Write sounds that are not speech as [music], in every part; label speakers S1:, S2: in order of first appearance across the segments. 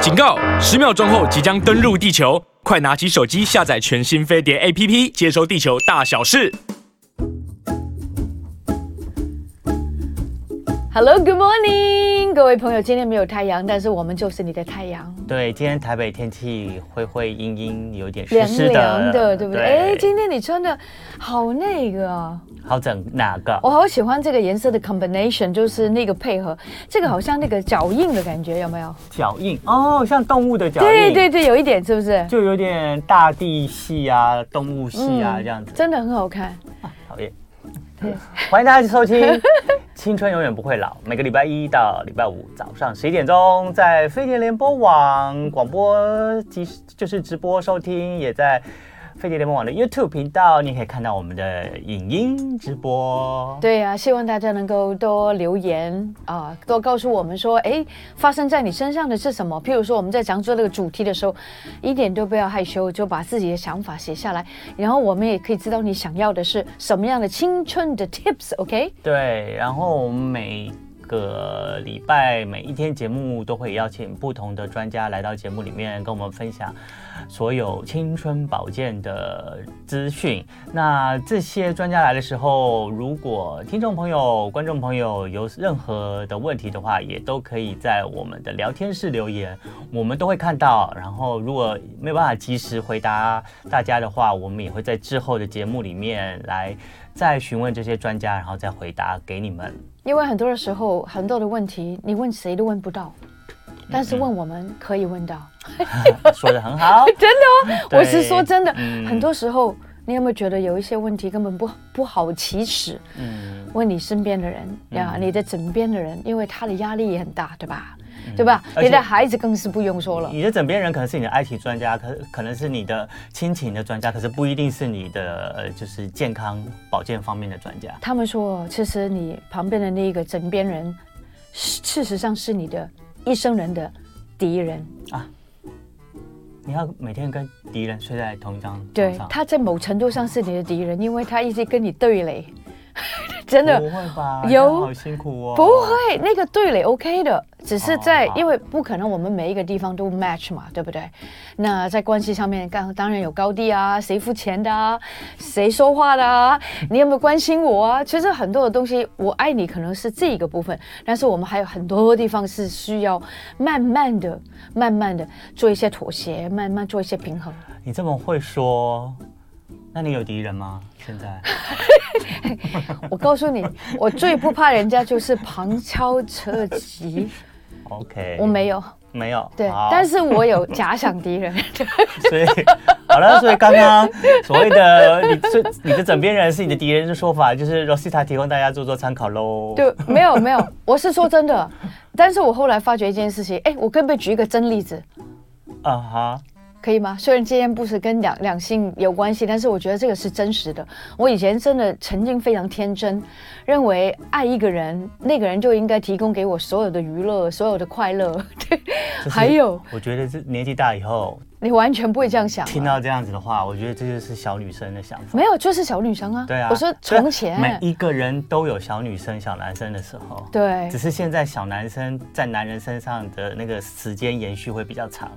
S1: 警告！十秒钟后即将登陆地球，快拿起手机下载全新飞碟 APP，接收地球大小事。
S2: Hello, good morning，各位朋友，今天没有太阳，但是我们就是你的太阳，
S3: 对，今天台北天气灰灰阴阴，有点湿
S2: 凉
S3: 湿的，
S2: 凉的，对不对？哎，今天你穿的好那个啊，
S3: 好整哪个？
S2: 我好喜欢这个颜色的 combination，就是那个配合，这个好像那个脚印的感觉，有没有？
S3: 脚印哦，像动物的脚印，
S2: 对对，对，有一点，是不是？
S3: 就有点大地系啊，动物系啊、
S2: 嗯
S3: 这样子，
S2: 真的很好看。
S3: 讨厌。
S2: 对，
S3: 欢迎大家收听 [laughs] 《青春永远不会老》，每个礼拜一到礼拜五早上十一点钟，在飞碟联播网广播即就是直播收听，也在飞碟联播网的 YouTube 频道，你可以看到我们的影音直播。
S2: 对呀、希望大家能够多留言啊、多告诉我们说，哎，发生在你身上的是什么？譬如说我们在讲做这个主题的时候，一点都不要害羞，就把自己的想法写下来，然后我们也可以知道你想要的是什么样的青春的 tips，OK？、
S3: 对，然后我们每个礼拜每一天节目都会邀请不同的专家来到节目里面，跟我们分享所有青春保健的资讯。那这些专家来的时候，如果听众朋友、观众朋友有任何的问题的话，也都可以在我们的聊天室留言，我们都会看到。然后如果没有办法及时回答大家的话，我们也会在之后的节目里面来。再询问这些专家，然后再回答给你们。
S2: 因为很多的时候，很多的问题你问谁都问不到，但是问我们可以问到，
S3: 说的很好，
S2: [laughs] 真的哦，
S3: 对
S2: 我是说真的，
S3: 嗯
S2: 很多时候。你有没有觉得有一些问题根本不不好启齿？
S3: 嗯，
S2: 问你身边的人呀、
S3: 嗯
S2: 你的枕边的人，因为他的压力也很大，对吧？
S3: 嗯
S2: 对吧？
S3: 而且
S2: 你的孩子更是不用说了。
S3: 你的枕边人可能是你的 IT 专家，可可能是你的亲情的专家，可是不一定是你的呃就是健康保健方面的专家。
S2: 他们说，其实你旁边的那个枕边人，是事实上是你的一生人的敌人。
S3: 你要每天跟敌人睡在同一张床
S2: 对，
S3: 上，
S2: 他在某程度上是你的敌人，因为他一直跟你对垒。 [laughs] 真的
S3: 不会吧？
S2: 有
S3: 这样好辛苦哦，
S2: 不会，那个对垒 OK 的，只是在、
S3: 哦
S2: 因为不可能我们每一个地方都 match 嘛，对不对？那在关系上面，当当然有高低啊，谁付钱的啊，谁说话的
S3: [laughs]
S2: 啊，你有没有关心我啊？其实很多的东西，我爱你可能是这一个部分，但是我们还有很多地方是需要慢慢的、慢慢的做一些妥协，慢慢做一些平衡。
S3: 你这么会说，那你有敌人吗？现在
S2: 我告诉你，我最不怕人家就是旁敲侧
S3: [laughs]
S2: 击，
S3: OK，
S2: 我没有，
S3: 没有，
S2: 对
S3: 好，
S2: 但是我有假想敌人。 [laughs]
S3: 所以 [laughs] 好了，所以刚刚所谓的你最你的枕边人是你的敌人的说法，就是 Rosita 提供大家做做参考喽。，
S2: 对，没有没有，我是说真的。但是我后来发觉一件事情，哎，我可不可以举一个真例子，
S3: 啊哈，
S2: 可以吗？虽然今天不是跟两两性有关系，但是我觉得这个是真实的。我以前真的曾经非常天真，认为爱一个人，那个人就应该提供给我所有的娱乐、所有的快乐。 [laughs] 对，
S3: 这是
S2: 还有
S3: 我觉得这年纪大以后
S2: 你完全不会这样想啊、
S3: 听到这样子的话，我觉得这就是小女生的想法。
S2: 没有，就是小女生啊。
S3: 对啊，
S2: 我说
S3: 所以
S2: 从
S3: 每
S2: 前，
S3: 一个人都有小女生、小男生的时候，
S2: 对
S3: 只是现在小男生在男人身上的那个时间延续会比较长。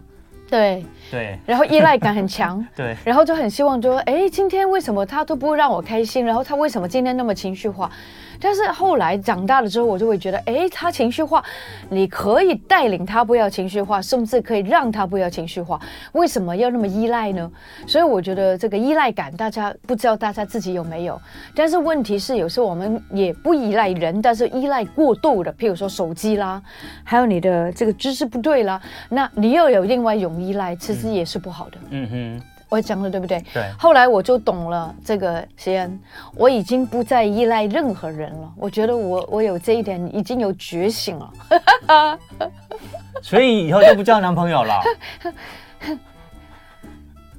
S2: 对，
S3: 对
S2: 然后依赖感很强。
S3: 对，
S2: 然后就很希望说，哎，今天为什么他都不让我开心？然后他为什么今天那么情绪化？但是后来长大了之后，我就会觉得，哎，他情绪化，你可以带领他不要情绪化，甚至可以让他不要情绪化。为什么要那么依赖呢？所以我觉得这个依赖感，大家不知道大家自己有没有。但是问题是，有时候我们也不依赖人，但是依赖过度的，譬如说手机啦，还有你的这个知识不对啦，那你又有另外一种依赖，其实也是不好的。
S3: 嗯
S2: 我讲了对不对？ [laughs]
S3: 对
S2: 后来我就懂了这个谢恩，我已经不再依赖任何人了。我觉得我我有这一点已经有觉醒了。
S3: 哼，所以以后就不交男朋友了。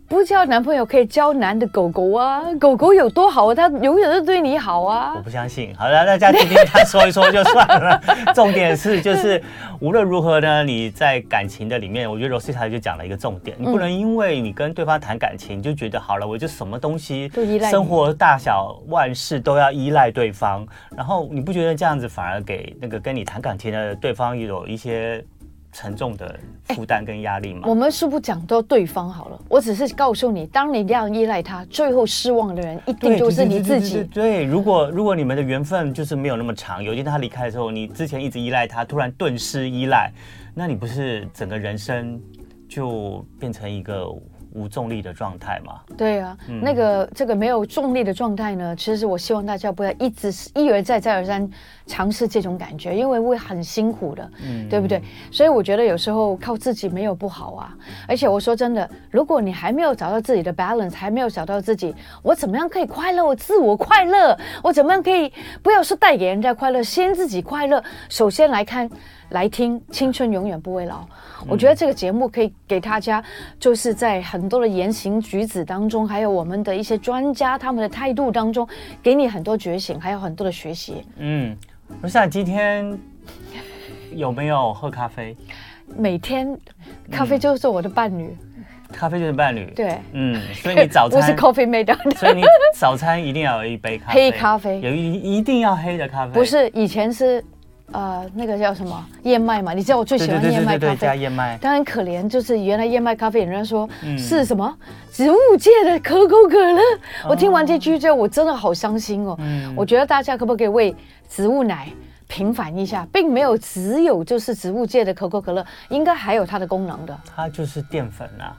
S2: 不交男朋友可以交男的狗狗啊，狗狗有多好啊，它永远都对你好
S3: 我
S2: 啊。
S3: 不相信。好了，大家听听他说一说就算了。重点是，
S2: [laughs]
S3: 就是无论如何呢，你在感情的里面，我觉得 Rosita 就讲了一个重点，你不能因为你跟对方谈感情，你就觉得好了，我就什么东西
S2: 都依赖你
S3: 生活大小万事都要依赖对方，然后你不觉得这样子反而给那个跟你谈感情的对方有一些沉重的负担跟压力嘛
S2: 我。们是不讲到对方好了，我只是告诉你，当你这样依赖他，最后失望的人一定
S3: 对
S2: 就是你自
S3: 对对对
S2: 己。
S3: 对对如果如果你们的缘分就是没有那么长，有一天他离开的时候，你之前一直依赖他，突然顿失依赖，那你不是整个人生就变成一个无重力的状态吗？
S2: 对啊，那个这个没有重力的状态呢，其实我希望大家不要一直一而再再而三尝试这种感觉，因为会很辛苦的，对不对？所以我觉得有时候靠自己没有不好啊。而且我说真的，如果你还没有找到自己的 balance，还没有找到自己，我怎么样可以快乐？我自我快乐，我怎么样可以不要说带给人家快乐，先自己快乐。首先来看。来听《青春永远不会老》，
S3: 嗯
S2: 我觉得这个节目可以给大家，就是在很多的言行举止当中，还有我们的一些专家他们的态度当中，给你很多觉醒，还有很多的学习。
S3: 嗯，罗夏今天有没有喝咖啡？
S2: 每天咖啡就是我的伴侣，
S3: 咖啡就是伴侣。，
S2: 对，
S3: 嗯，所嗯以你早
S2: [laughs] 我是
S3: 餐，
S2: coffee made out 的。
S3: 所以你早餐一定要有一杯咖啡，
S2: [laughs] 黑咖啡
S3: 有一一定要黑的咖啡，
S2: 不是以前是，呃，那个叫什么燕麦嘛？你知道我最
S3: 对
S2: 喜
S3: 对
S2: 欢
S3: 对
S2: 燕
S3: 对
S2: 麦
S3: 对
S2: 咖
S3: 对，加
S2: 啡。
S3: 燕麦。
S2: 当然可怜，就是原来燕麦咖啡，人家说、
S3: 嗯
S2: 是什么植物界的可口可乐。我听完这句之后，我真的好伤心哦。
S3: 哦嗯
S2: 我觉得大家可不可以为植物奶平反一下，并没有只有就是植物界的可口可乐，应该还有它的功能的。
S3: 它就是淀粉啊，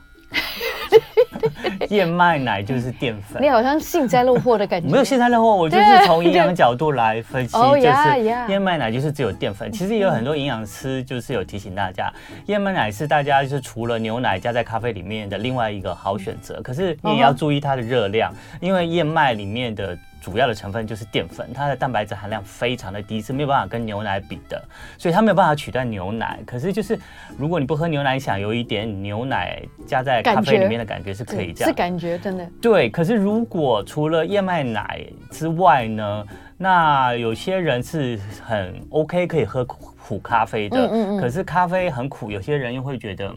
S3: [laughs] 燕麦奶就是淀粉
S2: 你。好像幸灾乐祸的感觉。
S3: 没有现在的话，我就
S2: 对
S3: 是从营养角度来分
S2: [laughs]
S3: 析，
S2: 哦
S3: 就是
S2: 呀呀
S3: 燕麦奶就是只有淀粉。其实也有很多营养师就是有提醒大家，燕麦奶是大家就是除了牛奶加在咖啡里面的另外一个好选
S2: 嗯
S3: 择。可是你也要注意它的热量，因为燕麦里面的。主要的成分就是淀粉，它的蛋白质含量非常的低，是没有办法跟牛奶比的，所以它没有办法取代牛奶。可是就是如果你不喝牛奶，你想有一点牛奶加在咖
S2: 感
S3: 啡
S2: 觉
S3: 里面的感觉是可以这样
S2: 是感觉真的。
S3: 对，可是如果除了燕麦奶之外呢，那有些人是很 OK 可以喝苦苦咖啡的，
S2: 嗯嗯嗯
S3: 可是咖啡很苦，有些人又会觉得嘖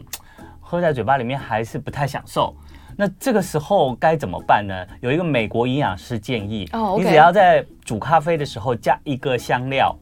S3: 喝在嘴巴里面还是不太享受。那这个时候该怎么办呢？有一个美国营养师建议，
S2: 哦，OK
S3: 你只要在煮咖啡的时候加一个香料，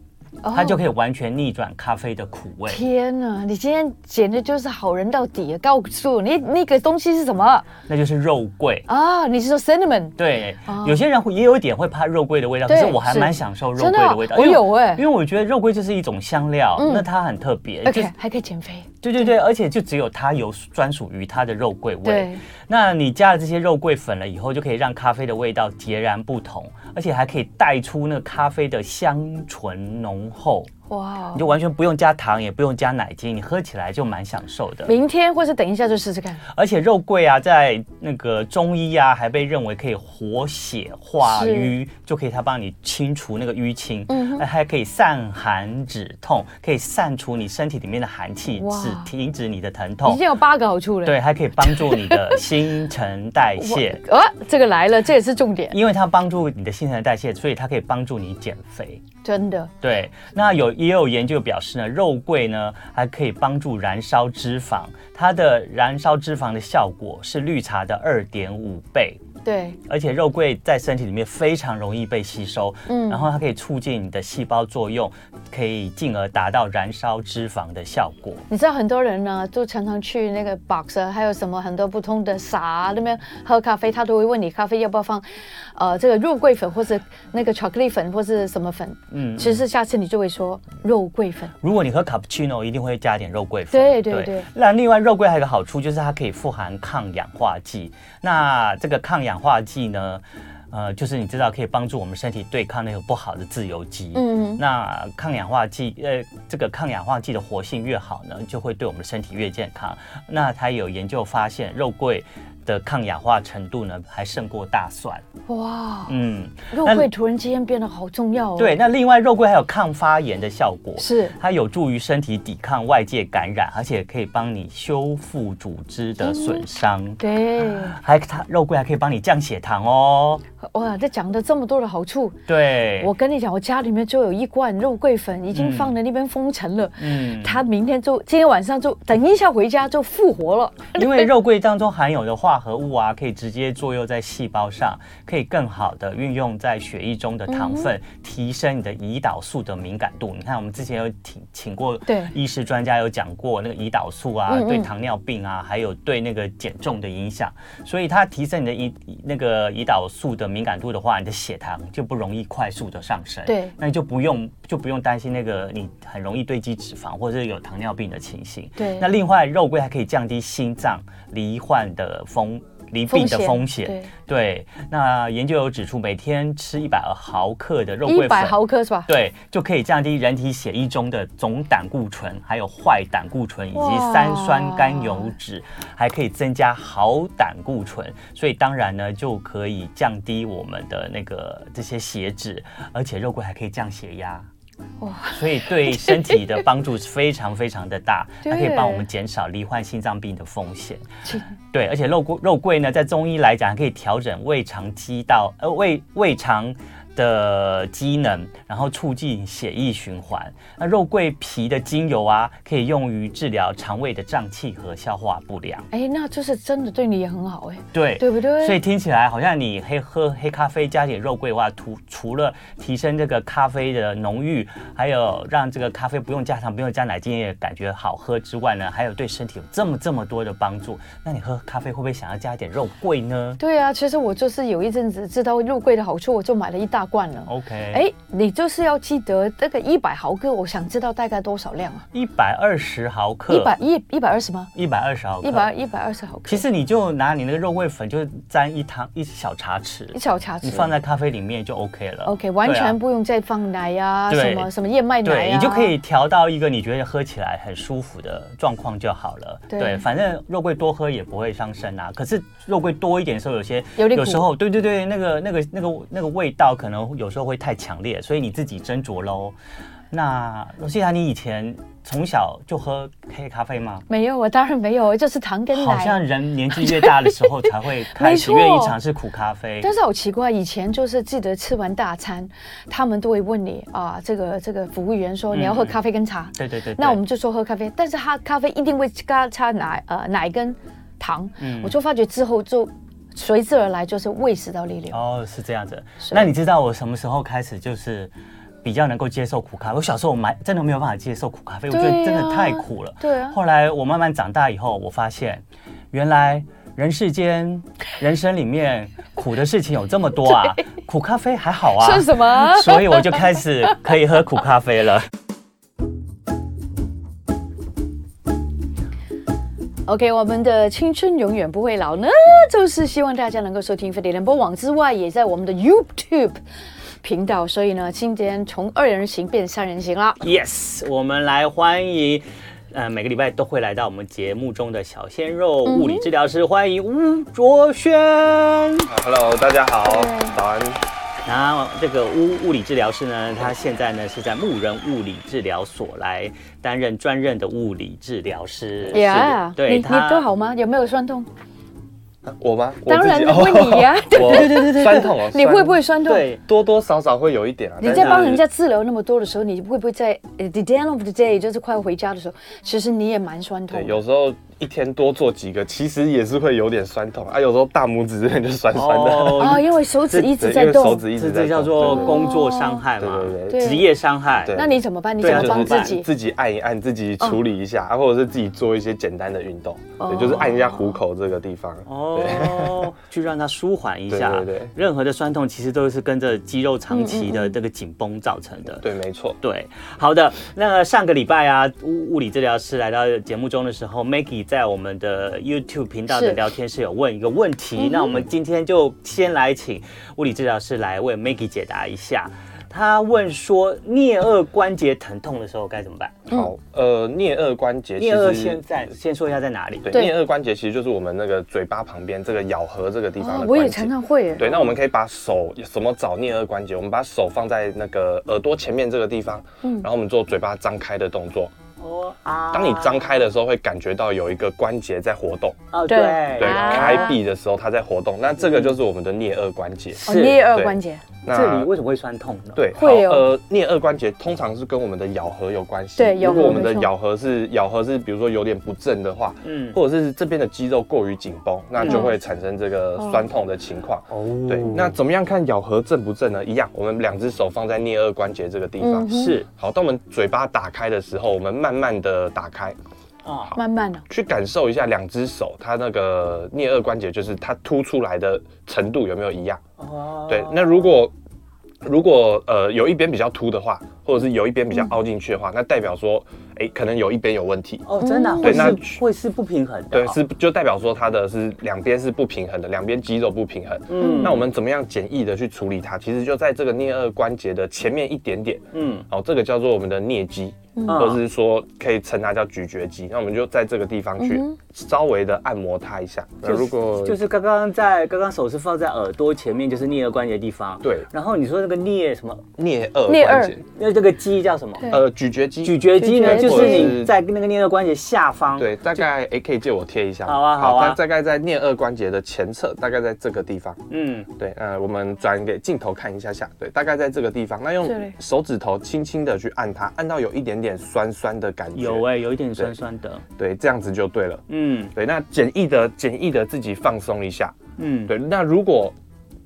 S2: 哦
S3: 它就可以完全逆转咖啡的苦味。
S2: 天哪，你今天简直就是好人到底！啊告诉我你那个东西是什么
S3: 那就是肉桂。
S2: 啊？你是说 cinnamon？
S3: 对，
S2: 哦
S3: 有些人会也有一点会怕肉桂的味道，可
S2: 对
S3: 是我还
S2: 是
S3: 蛮享受
S2: 真
S3: 肉桂
S2: 的啊
S3: 的味道。
S2: 我
S3: 因为
S2: 有欸
S3: 因为我觉得肉桂就是一种香料，
S2: 嗯
S3: 那它很特别。哎就
S2: OK，
S3: 是
S2: 还可以减肥。
S3: 对对对，而且就只有它有专属于它的肉桂味
S2: 对。
S3: 那你加了这些肉桂粉了以后，就可以让咖啡的味道截然不同，而且还可以带出那个咖啡的香醇浓厚。
S2: 哇哦
S3: 你，就完全不用加糖，也不用加奶精，你喝起来就蛮享受的。
S2: 明天或是等一下就试试看。
S3: 而且肉桂啊，在那个中医啊，还被认为可以活血化瘀，就可以它帮你清除那个淤青，
S2: 嗯哼
S3: 那还可以散寒止痛，可以散除你身体里面的寒气，
S2: 哇
S3: 止停止你的疼
S2: 已
S3: 痛
S2: 经。有八个好处了。
S3: 对，还可以帮助你的新陈代
S2: [laughs]
S3: 谢，
S2: 哇，啊，这个来了，这也是重点，
S3: 因为它帮助你的新陈代谢，所以它可以帮助你减肥。
S2: 真的。
S3: 对，那有也有研究表示呢，肉桂呢还可以帮助燃烧脂肪，它的燃烧脂肪的效果是绿茶的二点五倍，
S2: 对，
S3: 而且肉桂在身体里面非常容易被吸收，
S2: 嗯
S3: 然后它可以促进你的细胞作用，可以进而达到燃烧脂肪的效果。
S2: 你知道很多人呢，就常常去那个 box，啊还有什么很多不同的啥那边喝咖啡，他都会问你咖啡要不要放，呃，这个肉桂粉或是那个巧克力粉或是什么粉。
S3: 嗯，
S2: 其实下次你就会说肉桂粉，
S3: 如果你喝 cappuccino，一定会加一点肉桂粉。
S2: 对对对
S3: 那另外肉桂还有一个好处就是它可以富含抗氧化剂。那这个抗氧化剂呢，呃，就是你知道可以帮助我们身体对抗那个不好的自由基。
S2: 嗯，
S3: 那抗氧化剂，呃，这个抗氧化剂的活性越好呢，就会对我们身体越健康。那它有研究发现，肉桂的抗氧化程度呢，还胜过大蒜。
S2: 哇，
S3: 嗯，
S2: 肉桂突然之间变得好重要哦。
S3: 对。，那另外，肉桂还有抗发炎的效果，
S2: 是
S3: 它有助于身体抵抗外界感染，而且可以帮你修复组织的损伤。
S2: 嗯对，
S3: 还它肉桂还可以帮你降血糖哦。
S2: 哇，这讲的这么多的好处，
S3: 对，
S2: 我跟你讲，我家里面就有一罐肉桂粉，已经
S3: 嗯
S2: 放在那边封尘了。
S3: 嗯
S2: 它明天就今天晚上就等一下回家就复活了。 [laughs]
S3: 因为肉桂当中含有的化化合物啊，可以直接作用在细胞上，可以更好的运用在血液中的糖分，
S2: 嗯
S3: 提升你的胰岛素的敏感度。你看，我们之前有请请过
S2: 对
S3: 医师专家有讲过那个胰岛素啊，
S2: 嗯嗯
S3: 对糖尿病啊，还有对那个减重的影响。所以它提升你的胰那个胰岛素的敏感度的话，你的血糖就不容易快速的上升。
S2: 对
S3: 那你就不用就不用担心那个你很容易堆积脂肪或者是有糖尿病的情形。
S2: 对
S3: 那另外肉桂还可以降低心脏罹患的风罹病的风险。
S2: 对，
S3: 对，那研究有指出，每天吃一百毫克的肉
S2: 一
S3: 桂
S2: 百
S3: 粉，
S2: 毫克是吧？
S3: 对，就可以降低人体血液中的总胆固醇、还有坏胆固醇以及
S2: 哇
S3: 三酸甘油脂，还可以增加好胆固醇，所以当然呢，就可以降低我们的那个这些血脂，而且肉桂还可以降血压。
S2: 哇
S3: 所以对身体的帮助是非常非常的大，它可以帮我
S2: [laughs] 对
S3: 们减少罹患心脏病的风险。
S2: 亲
S3: 对，而且肉桂肉桂呢，在中医来讲，还可以调整胃肠肌道，呃，胃胃肠的机能，然后促进血液循环。那肉桂皮的精油啊，可以用于治疗肠胃的胀气和消化不良。
S2: 哎，那就是真的对你也很好哎，
S3: 对。
S2: 对不对？
S3: 所以听起来好像你黑喝黑咖啡加点肉桂的话，除除了提升这个咖啡的浓郁，还有让这个咖啡不用加糖、不用加奶精也感觉好喝之外呢，还有对身体有这么这么多的帮助。那你喝咖啡会不会想要加一点肉桂呢？
S2: 对啊，其实我就是有一阵子知道肉桂的好处，我就买了一大罐了。
S3: OK，哎，
S2: 哎，你就是要记得这个一百毫克，我想知道大概多少量啊？
S3: 一百二十毫克，
S2: 一百一一百二十吗？
S3: 一百二十毫克，
S2: 一百一百二十毫克，
S3: 其实你就拿你那个肉桂粉，就沾一汤一小茶匙，
S2: 一小茶匙。
S3: 你放在咖啡里面就 OK 了。
S2: OK，完
S3: 对啊
S2: 全不用再放奶呀、
S3: 对
S2: 什么什么燕麦奶
S3: 对
S2: 呀、
S3: 你就可以调到一个你觉得喝起来很舒服的状况就好了。
S2: 对
S3: 反正肉桂多喝也不会伤身啊。可是肉桂多一点的时候，有些
S2: 有点苦
S3: 时候，对对对，那个那个那个那个味道可能有时候会太强烈，所以你自己斟酌喽。那罗西达，你以前从小就喝黑咖啡吗？
S2: 没有，我啊 [laughs] 当然没有，就是糖跟
S3: 好像
S2: 奶。
S3: 人年纪越大的时候才会开始
S2: 没错
S3: 愿意尝试苦咖啡。
S2: 但是好奇怪，以前就是记得吃完大餐，他们都会问你啊，这个这个服务员说你要喝
S3: 嗯
S2: 咖啡跟茶，
S3: 对对对，对
S2: 那我们就说喝咖啡，但是他咖啡一定会加加奶呃奶跟糖，
S3: 嗯
S2: 我就发觉之后就随之而来就是胃食道逆流。
S3: 哦是这样子。
S2: 是
S3: 那你知道我什么时候开始就是比较能够接受苦咖啡？我小时候我蛮真的没有办法接受苦咖啡，我觉得
S2: 对啊
S3: 真的太苦了。
S2: 对啊，
S3: 后来我慢慢长大以后，我发现原来。人世间，人生里面苦的事情有这么多啊，苦咖啡还好啊，
S2: 算什么？
S3: 所以我就开始可以喝苦咖啡了。
S2: OK，我们的青春永远不会老呢，就是希望大家能够收听飞碟联播网之外，也在我们的 YouTube 频道。所以呢，今天从二人行变三人行啦。
S3: Yes，我们来欢迎，呃，每个礼拜都会来到我们节目中的小鲜肉物
S2: 嗯
S3: 理治疗师，欢迎吴卓轩。
S4: Hello，大家好，早安。
S3: 那这个物物理治疗师呢，他现在呢是在牧人物理治疗所来担任专任的物理治疗师。
S2: 呀、
S3: 是对
S2: 你你
S3: 他
S2: 都好吗？有没有酸痛？
S4: 我吗？我
S2: 当
S4: 自
S2: 然
S4: 己哦
S2: 问你啊呀、
S4: [laughs] 我对对对对，酸痛哦。
S2: 你
S4: 酸
S2: 会不会酸痛？
S3: 对
S4: 多多少少会有一点啊？
S2: 你在
S4: 但是
S2: 帮人家治疗那么多的时候，你会不会在呃 the end of the day，就是快要回家的时候，其实你也蛮酸痛
S4: 对，
S2: 的？
S4: 有时候一天多做几个，其实也是会有点酸痛啊。有时候大拇指这边就酸酸的，
S2: 哦，
S4: [laughs]
S3: 哦，
S2: 因为手指一直
S4: 对
S2: 在
S4: 因为手
S2: 动。
S4: 指一
S3: 这
S4: 直
S3: 这
S4: 在动
S3: 叫做
S4: 对
S3: 工作伤害嘛，
S4: 对对对
S2: 对
S3: 职业伤害。
S4: 对
S2: 那你怎么办？你怎
S3: 对啊
S2: 么帮
S4: 对就是
S2: 自
S4: 自
S2: 己？
S4: 自己按一按，自己处理一下，啊，或者是自己做一些简单的运动，
S2: 哦
S4: 对，就是按一下虎口这个地方。
S3: 哦，去让它舒缓一下。
S4: 对对对
S3: 任何的酸痛其实都是跟着肌肉长期
S2: 嗯
S3: 的这个紧绷造成的。
S4: 对，没错。
S3: 对，好的。那上个礼拜啊，物物理治疗师来到节目中的时候，Maggie 在我们的 YouTube 频道的
S2: 是
S3: 聊天室有问一个问
S5: 嗯
S3: 题。那我们今天就先来请物理治疗师来为 Maggie 解答一下。他问说，颞颌关节疼痛的时候该怎么办？
S2: 嗯
S4: 好，呃，颞颌关
S5: 嗯
S4: 节其
S3: 颞颌
S4: 实
S3: 先在先说一下在哪里。
S4: 对，
S2: 对
S4: 颞颌关节其实就是我们那个嘴巴旁边这个咬合这个地方
S2: 哦
S4: 的关节。
S2: 我也常常会耶。
S4: 对，那我们可以把手怎么找颞颌关
S2: 嗯
S4: 节？我们把手放在那个耳朵前面这个地方，然后我们做嘴巴张开的动作，
S5: 哦啊
S4: 当你张开的时候，会感觉到有一个关节在活动，
S5: 哦
S2: 对
S5: 对
S4: 对，
S2: 啊
S4: 开闭的时候它在活动，那这个就是我们的颞颌关节。
S2: 哦，颞颌
S4: 对
S2: 关节，
S4: 那
S5: 这里为什么会酸痛呢？，
S4: 对，好
S2: 会有
S4: 呃，颞颌关节通常是跟我们的咬合有关系。
S2: 对咬
S4: 如
S2: 合
S4: 果我们的
S2: 没错
S4: 咬合是咬合是，比如说有点不正的话，
S5: 嗯，
S4: 或者是这边的肌肉过于紧绷，那就会产生这个
S2: 嗯
S4: 酸痛的情况。
S5: 哦
S4: 对，
S3: 嗯
S4: 那怎么样看咬合正不正呢？一样，我们两只手放在颞颌关节这个地方。
S2: 嗯哼
S5: 是
S4: 好，当我们嘴巴打开的时候，我们慢慢的打开，
S5: 啊，
S2: 慢慢的，
S4: 去感受一下两只手它那个颞颌关节，就是它凸出来的程度有没有一样？
S5: 哦
S4: 对，那如果如果呃有一边比较凸的话，或者是有一边比较凹进去的话，那代表说，哎、可能有一边有问题。
S5: 哦，真的啊
S2: 嗯
S5: 会
S4: 对那
S5: 是会是不平衡的，
S4: 对，，是就代表说它的是两边是不平衡的，两边肌肉不平衡。
S5: 嗯
S4: 那我们怎么样简易的去处理它？其实就在这个颞颌关节的前面一点点，
S5: 嗯，
S4: 哦，这个叫做我们的颞肌，或者是说可以称它叫咀嚼肌。那我们就在这个地方去
S2: 嗯
S4: 稍微的按摩它一下。那
S5: 就是
S4: 如果
S5: 就是刚刚在刚刚手是放在耳朵前面，就是颞颌关节的地方，
S4: 对
S5: 然后你说那个颞什么，
S4: 颞颌
S2: 颞
S4: 关
S2: 颌
S4: 节，
S5: 那这个肌叫什么？
S2: 对
S4: 呃，咀嚼肌，
S5: 咀嚼肌呢，
S2: 咀嚼肌
S5: 就是你在那个颞颌关节下方，
S4: 对，大概诶，可以借我贴一下吗。
S5: 好啊好啊
S4: 它大概在颞颌关节的前侧，大概在这个地方。
S5: 嗯，
S4: 对，呃，我们转给镜头看一下下，对，大概在这个地方。那用
S2: 这里
S4: 手指头轻轻的去按它，按到有一点点酸酸的感觉。
S5: 有哎，有一点酸酸的，
S4: 对，这样子就对了。
S5: 嗯
S4: 对，那简易的简易的自己放松一下。
S5: 嗯，
S4: 对，那如果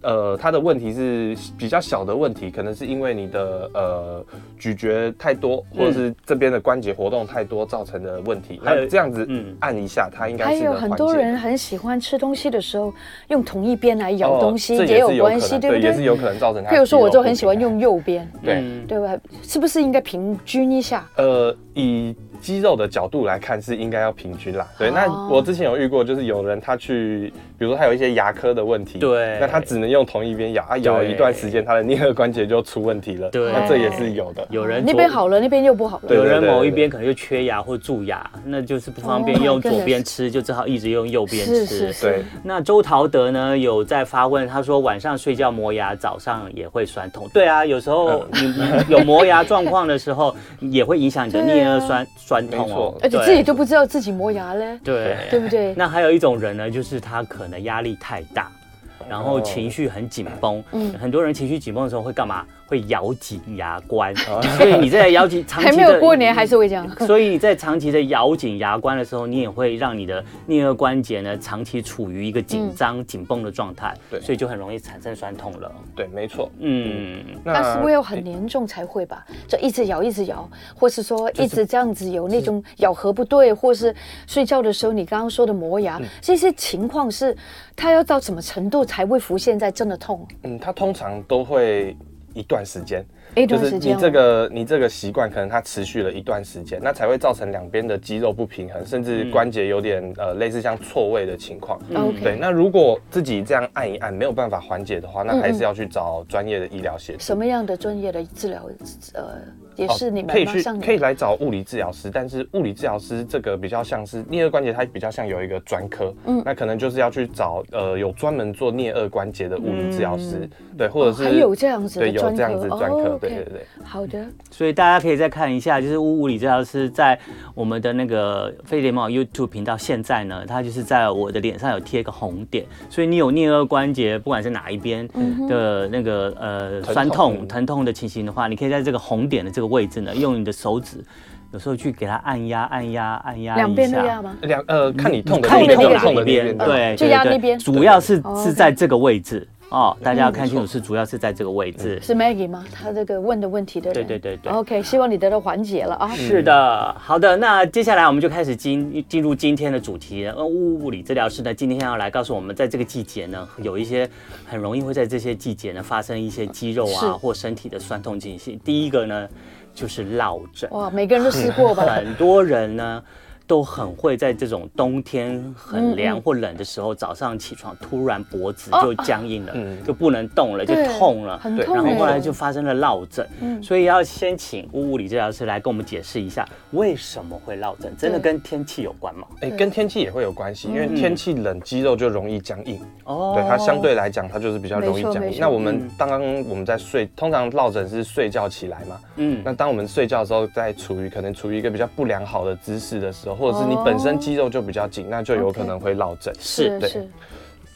S4: 呃，它的问题是比较小的问题，可能是因为你的呃咀嚼太多，
S2: 嗯
S4: 或者是这边的关节活动太多造成的问题。
S5: 还有
S4: 那这样子
S5: 嗯
S4: 按一下，它应该
S2: 还
S4: 是能
S2: 有
S4: 缓
S2: 很多
S4: 解
S2: 人很喜欢吃东西的时候用同一边来咬
S4: 哦
S2: 东西，
S4: 这
S2: 也有
S4: 是
S2: 关
S4: 可
S2: 系，
S4: 能
S2: 对不
S4: 也是
S2: 对？
S4: 有可能造成它。
S2: 譬如说，我就很喜欢。用右边，
S4: 对，
S5: 嗯
S2: 对吧？是不是应该平均一下？
S4: 呃，以肌肉的角度来看，是应该要平均啦。对，那
S2: 哦
S4: 我之前有遇过，就是有人他去，比如说他有一些牙科的问题，
S3: 对
S4: 那他只能用同一边咬，啊，咬了一段时间，他的颞颌关节就出问题了。
S3: 对
S4: 那这也是有的。
S3: 有人
S2: 那
S3: 左
S2: 边，好了，那边又不好了。
S4: 对
S3: 有
S4: 对
S3: 人
S4: 对
S3: 某
S4: 对
S3: 一边可能就缺牙或蛀牙，那就是不方
S5: Oh
S3: 便
S2: 哦
S3: 用
S2: 真的
S3: 左边
S2: 是
S3: 吃，就只好一直用右边
S2: 是是
S3: 吃。
S2: 是，
S4: 对，
S3: 那周陶德呢有在发问，他说晚上睡觉磨牙，早上也会酸痛。对啊，有时候
S4: 嗯
S3: 你 [laughs] 你有磨牙状况的时候，也会影响你的
S2: 对啊
S3: 颞颌酸酸痛
S4: 没
S3: 哦
S4: 错。
S2: 而且自己都不知道自己磨牙嘞，
S3: 对
S2: 对不对？
S3: 那还有一种人呢，就是他可能压力太大，
S4: 哦
S3: 然后情绪很紧绷。
S2: 嗯
S3: 很多人情绪紧绷的时候会干嘛？会咬紧牙关。
S4: 哦
S3: [laughs] 所以你在咬紧长期
S2: 还
S3: 的
S2: 没有过年还是会这样。
S3: [laughs] 所以在长期的咬紧牙关的时候，你也会让你的颞颌关节呢长期处于一个紧张、紧绷的状态，
S4: 对
S3: 所以就很容易产生酸痛了。
S4: 对，没错。
S3: 嗯，
S4: 那
S2: 但是会有很严重才会吧？就一直咬，一直咬，或是说一直这样子有那种咬合不对，或是睡觉的时候你刚刚说的磨牙，这些情况是它要到什么程度才会浮现在真的痛？
S4: 嗯，它通常都会一段时间，
S2: 一
S4: 就
S2: 段
S4: 是
S2: 时间
S4: 你
S2: 哦
S4: 这个你这个习惯，可能它持续了一段时间，那才会造成两边的肌肉不平衡，甚至关节有点、呃类似像错位的情况。
S2: OK
S4: 对，那如果自己这样按一按没有办法缓解的话，
S2: 嗯
S4: 那还是要去找专业的医疗协助。
S2: 什么样的专业的治疗？呃，也是你们
S4: 哦可以
S2: 吗
S4: 去
S2: 上你
S4: 可以来找物理治疗师，但是物理治疗师这个比较像是颞颌关节，它比较像有一个专科，
S2: 嗯
S4: 那可能就是要去找呃有专门做颞颌关节的物理治疗师，对，或者是、
S2: 哦还有这样子的
S4: 对，有这样子
S2: 专科
S4: 专科，
S2: 哦
S4: 对
S2: OK
S4: 对对。
S2: 好的，
S3: 所以大家可以再看一下，就是物理治疗师在我们的那个飞碟猫 YouTube 频道，现在呢，它就是在我的脸上有贴一个红点，所以你有颞颌关节，不管是哪一边的那个呃
S4: 疼
S3: 酸痛
S4: 痛
S3: 嗯疼痛的情形的话，你可以在这个红点的这个位置呢，用你的手指，有时候去给它按压、按压、按压一下，
S2: 两边都压吗？
S4: 两呃，看你痛的
S2: 看
S4: 那
S2: 你
S4: 一
S2: 痛的
S4: 边，
S2: 哪
S4: 的
S2: 一
S4: 那
S3: 边，对，
S2: 就
S3: 对
S2: 压
S3: 对
S2: 那边
S3: 主要是
S2: 哦
S3: 是在这个位置哦，
S4: 嗯
S3: 大家要看清楚，是主要是在这个位置。
S2: 是 Maggie 吗？他这个问的问题的人。
S3: 对对对对嗯
S2: OK，希望你得到缓解了啊。
S4: 嗯
S3: 是的，好的，那接下来我们就开始今进入今天的主题。呃，物理治疗师呢，今天要来告诉我们，在这个季节呢，有一些很容易会在这些季节呢发生一些肌肉
S2: 是
S3: 啊或身体的酸痛情形。第一个呢，就是落枕。 [laughs]
S2: 哇，每个人都试过吧？
S3: 很多人呢，都很会在这种冬天很
S2: 嗯
S3: 凉
S2: 嗯
S3: 或冷的时候，早上起床突然脖子
S2: 哦
S3: 就僵硬了，
S4: 嗯
S3: 就不能动了，就
S2: 对
S3: 痛了，
S2: 很
S4: 对
S2: 痛
S3: 然
S2: 欸
S3: 后后来就发生了落枕，
S2: 嗯
S3: 所以要先请物物理治疗师来跟我们解释一下为什么会落枕，真的
S2: 对
S3: 跟天气有关吗？
S4: 哎、跟天气也会有关系，因为
S2: 嗯
S4: 天气冷，肌肉就容易僵硬。
S3: 哦
S4: 对它相对来讲，它就是比较容
S2: 没
S4: 易
S2: 错
S4: 僵
S2: 没
S4: 硬。
S2: 错
S4: 那我们
S3: 嗯
S4: 刚刚我们在睡，通常落枕是睡觉起来嘛。
S3: 嗯
S4: 那当我们睡觉的时候，在处于可能处于一个比较不良好的姿势的时候，或者
S2: 哦
S4: 是你本身肌肉就比较紧，那就有可能会落枕。
S3: 是
S4: 对
S2: 是，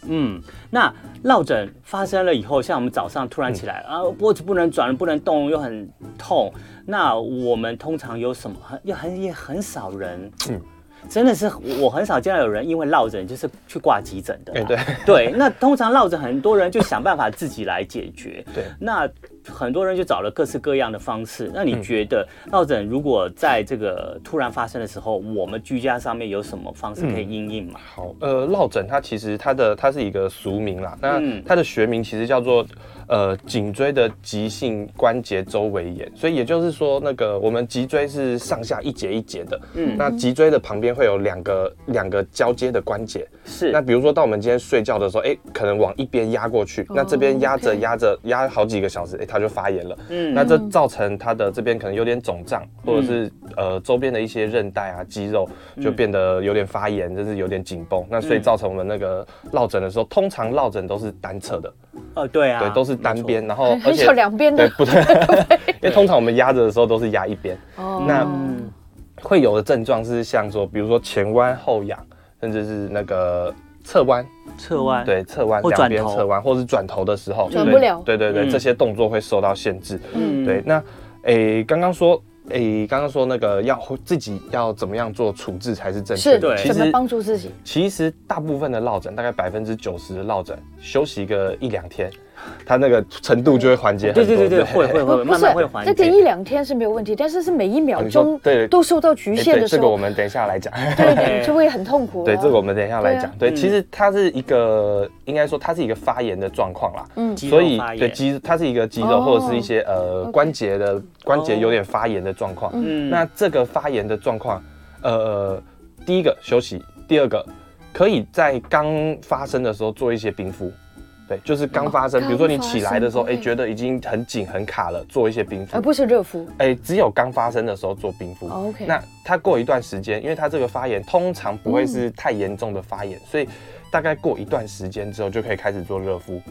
S3: 嗯，那落枕发生了以后，像我们早上突然起来、
S4: 嗯
S3: 啊，脖子不能转，不能动，又很痛。那我们通常有什么？很也很也很少人，
S4: 嗯
S3: 真的是我很少见到有人因为落枕就是去挂急诊的、
S4: 哎、对，
S3: 对，那通常落枕很多人就想办法自己来解决。
S4: [laughs] 对
S3: 那很多人就找了各式各样的方式。那你觉得
S4: 嗯
S3: 落枕如果在这个突然发生的时候，我们居家上面有什么方式可以应应吗？
S4: 嗯好， [laughs] 呃，落枕它其实它的它是一个俗名啦，那
S3: 嗯
S4: 它的学名其实叫做呃颈椎的急性关节周围炎，所以也就是说，那个我们脊椎是上下一节一节的，
S3: 嗯
S4: 嗯，那脊椎的旁边会有两个两个交接的关节，
S3: 是
S4: 那比如说，当我们今天睡觉的时候，哎，可能往一边压过去，那这边压着
S2: OK
S4: 压着压好几个小时，哎，它就发炎了。
S3: 嗯
S4: 那这造成它的这边可能有点肿胀，或者是呃周边的一些韧带啊、肌肉就变得有点发炎，就是有点紧绷。那所以造成我们那个落枕的时候，通常落枕都是单侧的，
S3: 哦，对啊，
S4: 对，都是
S3: 没
S4: 单
S3: 错
S4: 边，然后哦
S2: [laughs]
S4: 而
S2: 很
S4: 且
S2: 少两边
S4: 对
S2: 的
S4: 不对， [laughs] 因为通常我们压着的时候都是压一边。
S2: 哦
S4: 那
S3: 嗯
S4: 会有的症状是像说，比如说前弯、后仰，甚至是那个侧弯。
S3: 侧弯，，
S4: 对，侧弯
S3: 或
S4: 两
S3: 转
S4: 边
S3: 头
S4: 侧弯，或是转头的时候，
S2: 转
S4: 对
S2: 不了
S4: 对对对，
S3: 嗯
S4: 这些动作会受到限制。
S3: 嗯
S4: 对，，那诶，刚刚说。诶，刚刚说那个要自己要怎么样做处置才是正确
S2: 是
S4: 的？
S3: 对
S4: 其
S2: 怎么
S4: 实
S2: 帮助自己？
S4: 其实大部分的落枕，大概百分之九十的落枕，休息个一两天，它那个程度就会缓解很
S3: 对
S4: 多。
S3: 对对对，会会
S2: 不
S3: 会，
S2: 不
S3: 慢
S2: 是
S3: 慢会缓
S2: 这个
S3: 解。
S2: 一两天是没有问题，但是是每一
S4: 哦
S2: 秒
S4: 你说
S2: 钟
S4: 对
S2: 都受到局
S4: 诶
S2: 限
S4: 对
S2: 的
S4: 这
S2: 时
S4: 个我
S2: 候，
S4: 们等一下来讲。
S2: 对对，就会很痛苦了。
S4: [laughs] 对，这个我们等一下
S2: 啊
S4: 来讲。对，
S3: 嗯
S4: 其实它是一个，应该说它是一个发炎的状况啦。
S2: 嗯
S3: 肌
S4: 所
S3: 肉
S4: 以
S3: 发
S4: 对
S3: 炎
S4: 肌，它是一个肌
S2: 哦
S4: 肉或者是一些呃
S2: OK
S4: 关节的关节
S3: 哦
S4: 有点发炎的状况。
S3: 嗯
S4: 那这个发炎的状况，呃，第一个休息，第二个可以在刚发生的时候做一些冰敷。对，就是刚发生，
S2: 哦
S4: 比如说你
S2: 刚发
S4: 起来的时候，
S2: 生
S4: 哎，
S2: ，OK 呃
S4: 觉得已经很紧很卡了，做一些冰敷
S2: 而。不是热敷。
S4: 哎，只有刚发生的时候做冰敷。
S2: 哦 OK，
S4: 嗯那它过一段时间，因为它这个发炎通常不会
S2: 嗯
S4: 是太严重的发炎，所以大概过一段时间之后就可以开始做热敷。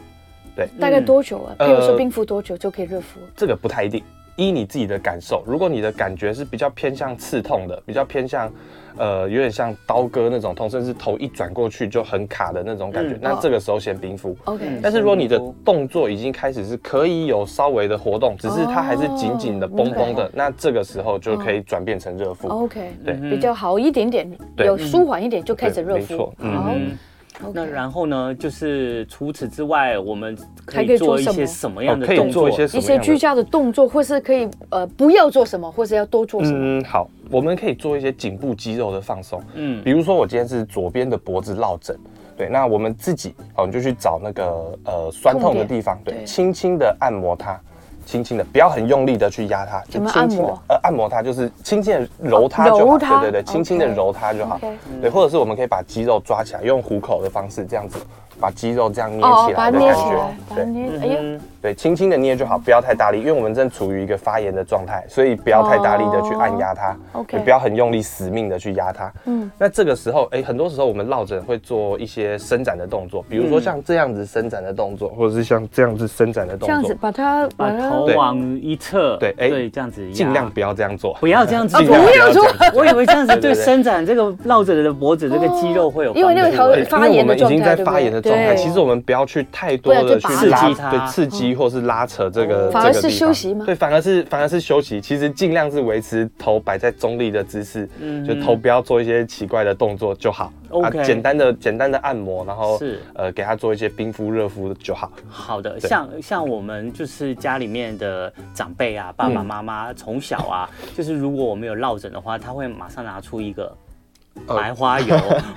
S2: 大概多久啊？譬
S4: 嗯
S2: 如说
S4: 呃
S2: 冰敷多久就可以热敷？
S4: 这个不太一定，依你自己的感受。如果你的感觉是比较偏向刺痛的，比较偏向，呃，有点像刀割那种痛，甚至头一转过去就很卡的那种感觉，
S3: 嗯
S4: 那
S2: 哦
S4: 这个时候先冰敷。
S2: OK，
S4: 但是如果你的
S3: 先冰敷
S4: 动作已经开始是可以有稍微的活动，只是它还是紧紧的、
S2: 哦
S4: 绷绷
S2: 明哦
S4: 的，那这个时候就可以转变成热敷。
S2: OK，
S4: 对
S2: 比较好一点点，
S4: 嗯对嗯
S2: 有舒缓一点就开始热
S4: 对没
S2: 敷
S4: 错。
S2: 好
S3: 嗯，那
S2: ，OK。
S3: 然后呢，就是除此之外，我们可
S2: 还可以
S3: 以
S2: 做
S3: 做一
S2: 什么
S3: 些什么
S4: 哦
S3: 样的
S4: 可以
S3: 动作？
S4: 做一些什
S2: 一
S4: 么样
S2: 些
S4: 的
S2: 居家的动作，或是可以呃不要做什么，或是要多做什么。
S4: 嗯，好，我们可以做一些颈部肌肉的放松。
S3: 嗯
S4: 比如说我今天是左边的脖子落枕，对，那我们自己好，你就去找那个呃酸痛的地方，
S2: 点
S4: 对，
S2: 对
S4: 轻轻的按摩它。轻轻的，不要很用力的去压它，
S2: 怎
S4: 就
S2: 么
S4: 轻
S2: 按
S4: 轻的
S2: 摩，哦
S4: 呃，按摩它就是轻轻的揉它就
S2: 揉
S4: 好，
S2: 它
S4: 对对对，轻轻的
S2: OK
S4: 揉它就好
S2: OK
S4: 对，或者是我们可以把肌肉抓起来，用虎口的方式这样子把肌肉这样嗯捏
S2: 哦
S4: 起
S2: 哦，把它
S4: 来的
S2: 捏
S4: 感
S2: 起
S4: 觉
S2: 来，，把它
S4: 对
S2: 捏，哎呦，
S3: 嗯，
S4: 对，轻轻的捏就好，不要太大力，因为我们正处于一个发炎的状态，所以不要太大力的去按压它，
S2: 哦，OK
S4: 也不要很用力死命的去压它，
S2: 嗯，
S4: 那这个时候，哎、很多时候我们落枕会做一些伸展的动作，比如说
S3: 嗯
S4: 像这样子伸展的动作，或者是像这样子伸展的
S2: 这
S4: 动
S2: 样
S4: 作
S2: 子，把它
S3: 把头
S4: 对
S3: 往一侧，
S4: 对哎
S3: 对，这样子压
S4: 尽量不要这样做。
S3: 不要这样子
S2: 哦
S4: 尽量
S3: 压。
S4: 要这样做
S3: 我以为这样子
S4: 对对
S3: 对
S4: 对
S3: 伸展这个绕着的脖子这个肌肉会有
S2: 因为那个
S3: 帮助
S2: 头
S4: 对
S2: 呃发
S4: 因为
S2: 炎的
S4: 我们已
S2: 状态
S4: 经在
S2: 对不对
S4: 发炎的状态，
S2: 对
S4: 其实我们不要去太
S2: 不
S4: 多
S2: 要
S4: 的
S2: 去
S4: 去
S2: 拔
S4: 拉
S3: 刺激它
S4: 对刺激或是拉扯这
S3: 哦
S4: 个，
S2: 嗯反而
S4: 这
S2: 是
S4: 个地方
S2: 休息吗
S4: 对，反而是反而是休息。其实尽量是维持头摆在中立的姿势，
S3: 嗯
S4: 就头不要做一些奇怪的动作就好。啊
S3: OK
S4: 简单的简单的按摩，然后
S3: 是
S4: 呃给他做一些冰敷热敷就好。
S3: 好的，
S4: 对
S3: 像像我们就是家里面的长辈啊， [laughs] 爸爸妈妈从小啊，就是如果我们有落枕的话，他会马上拿出一个白花油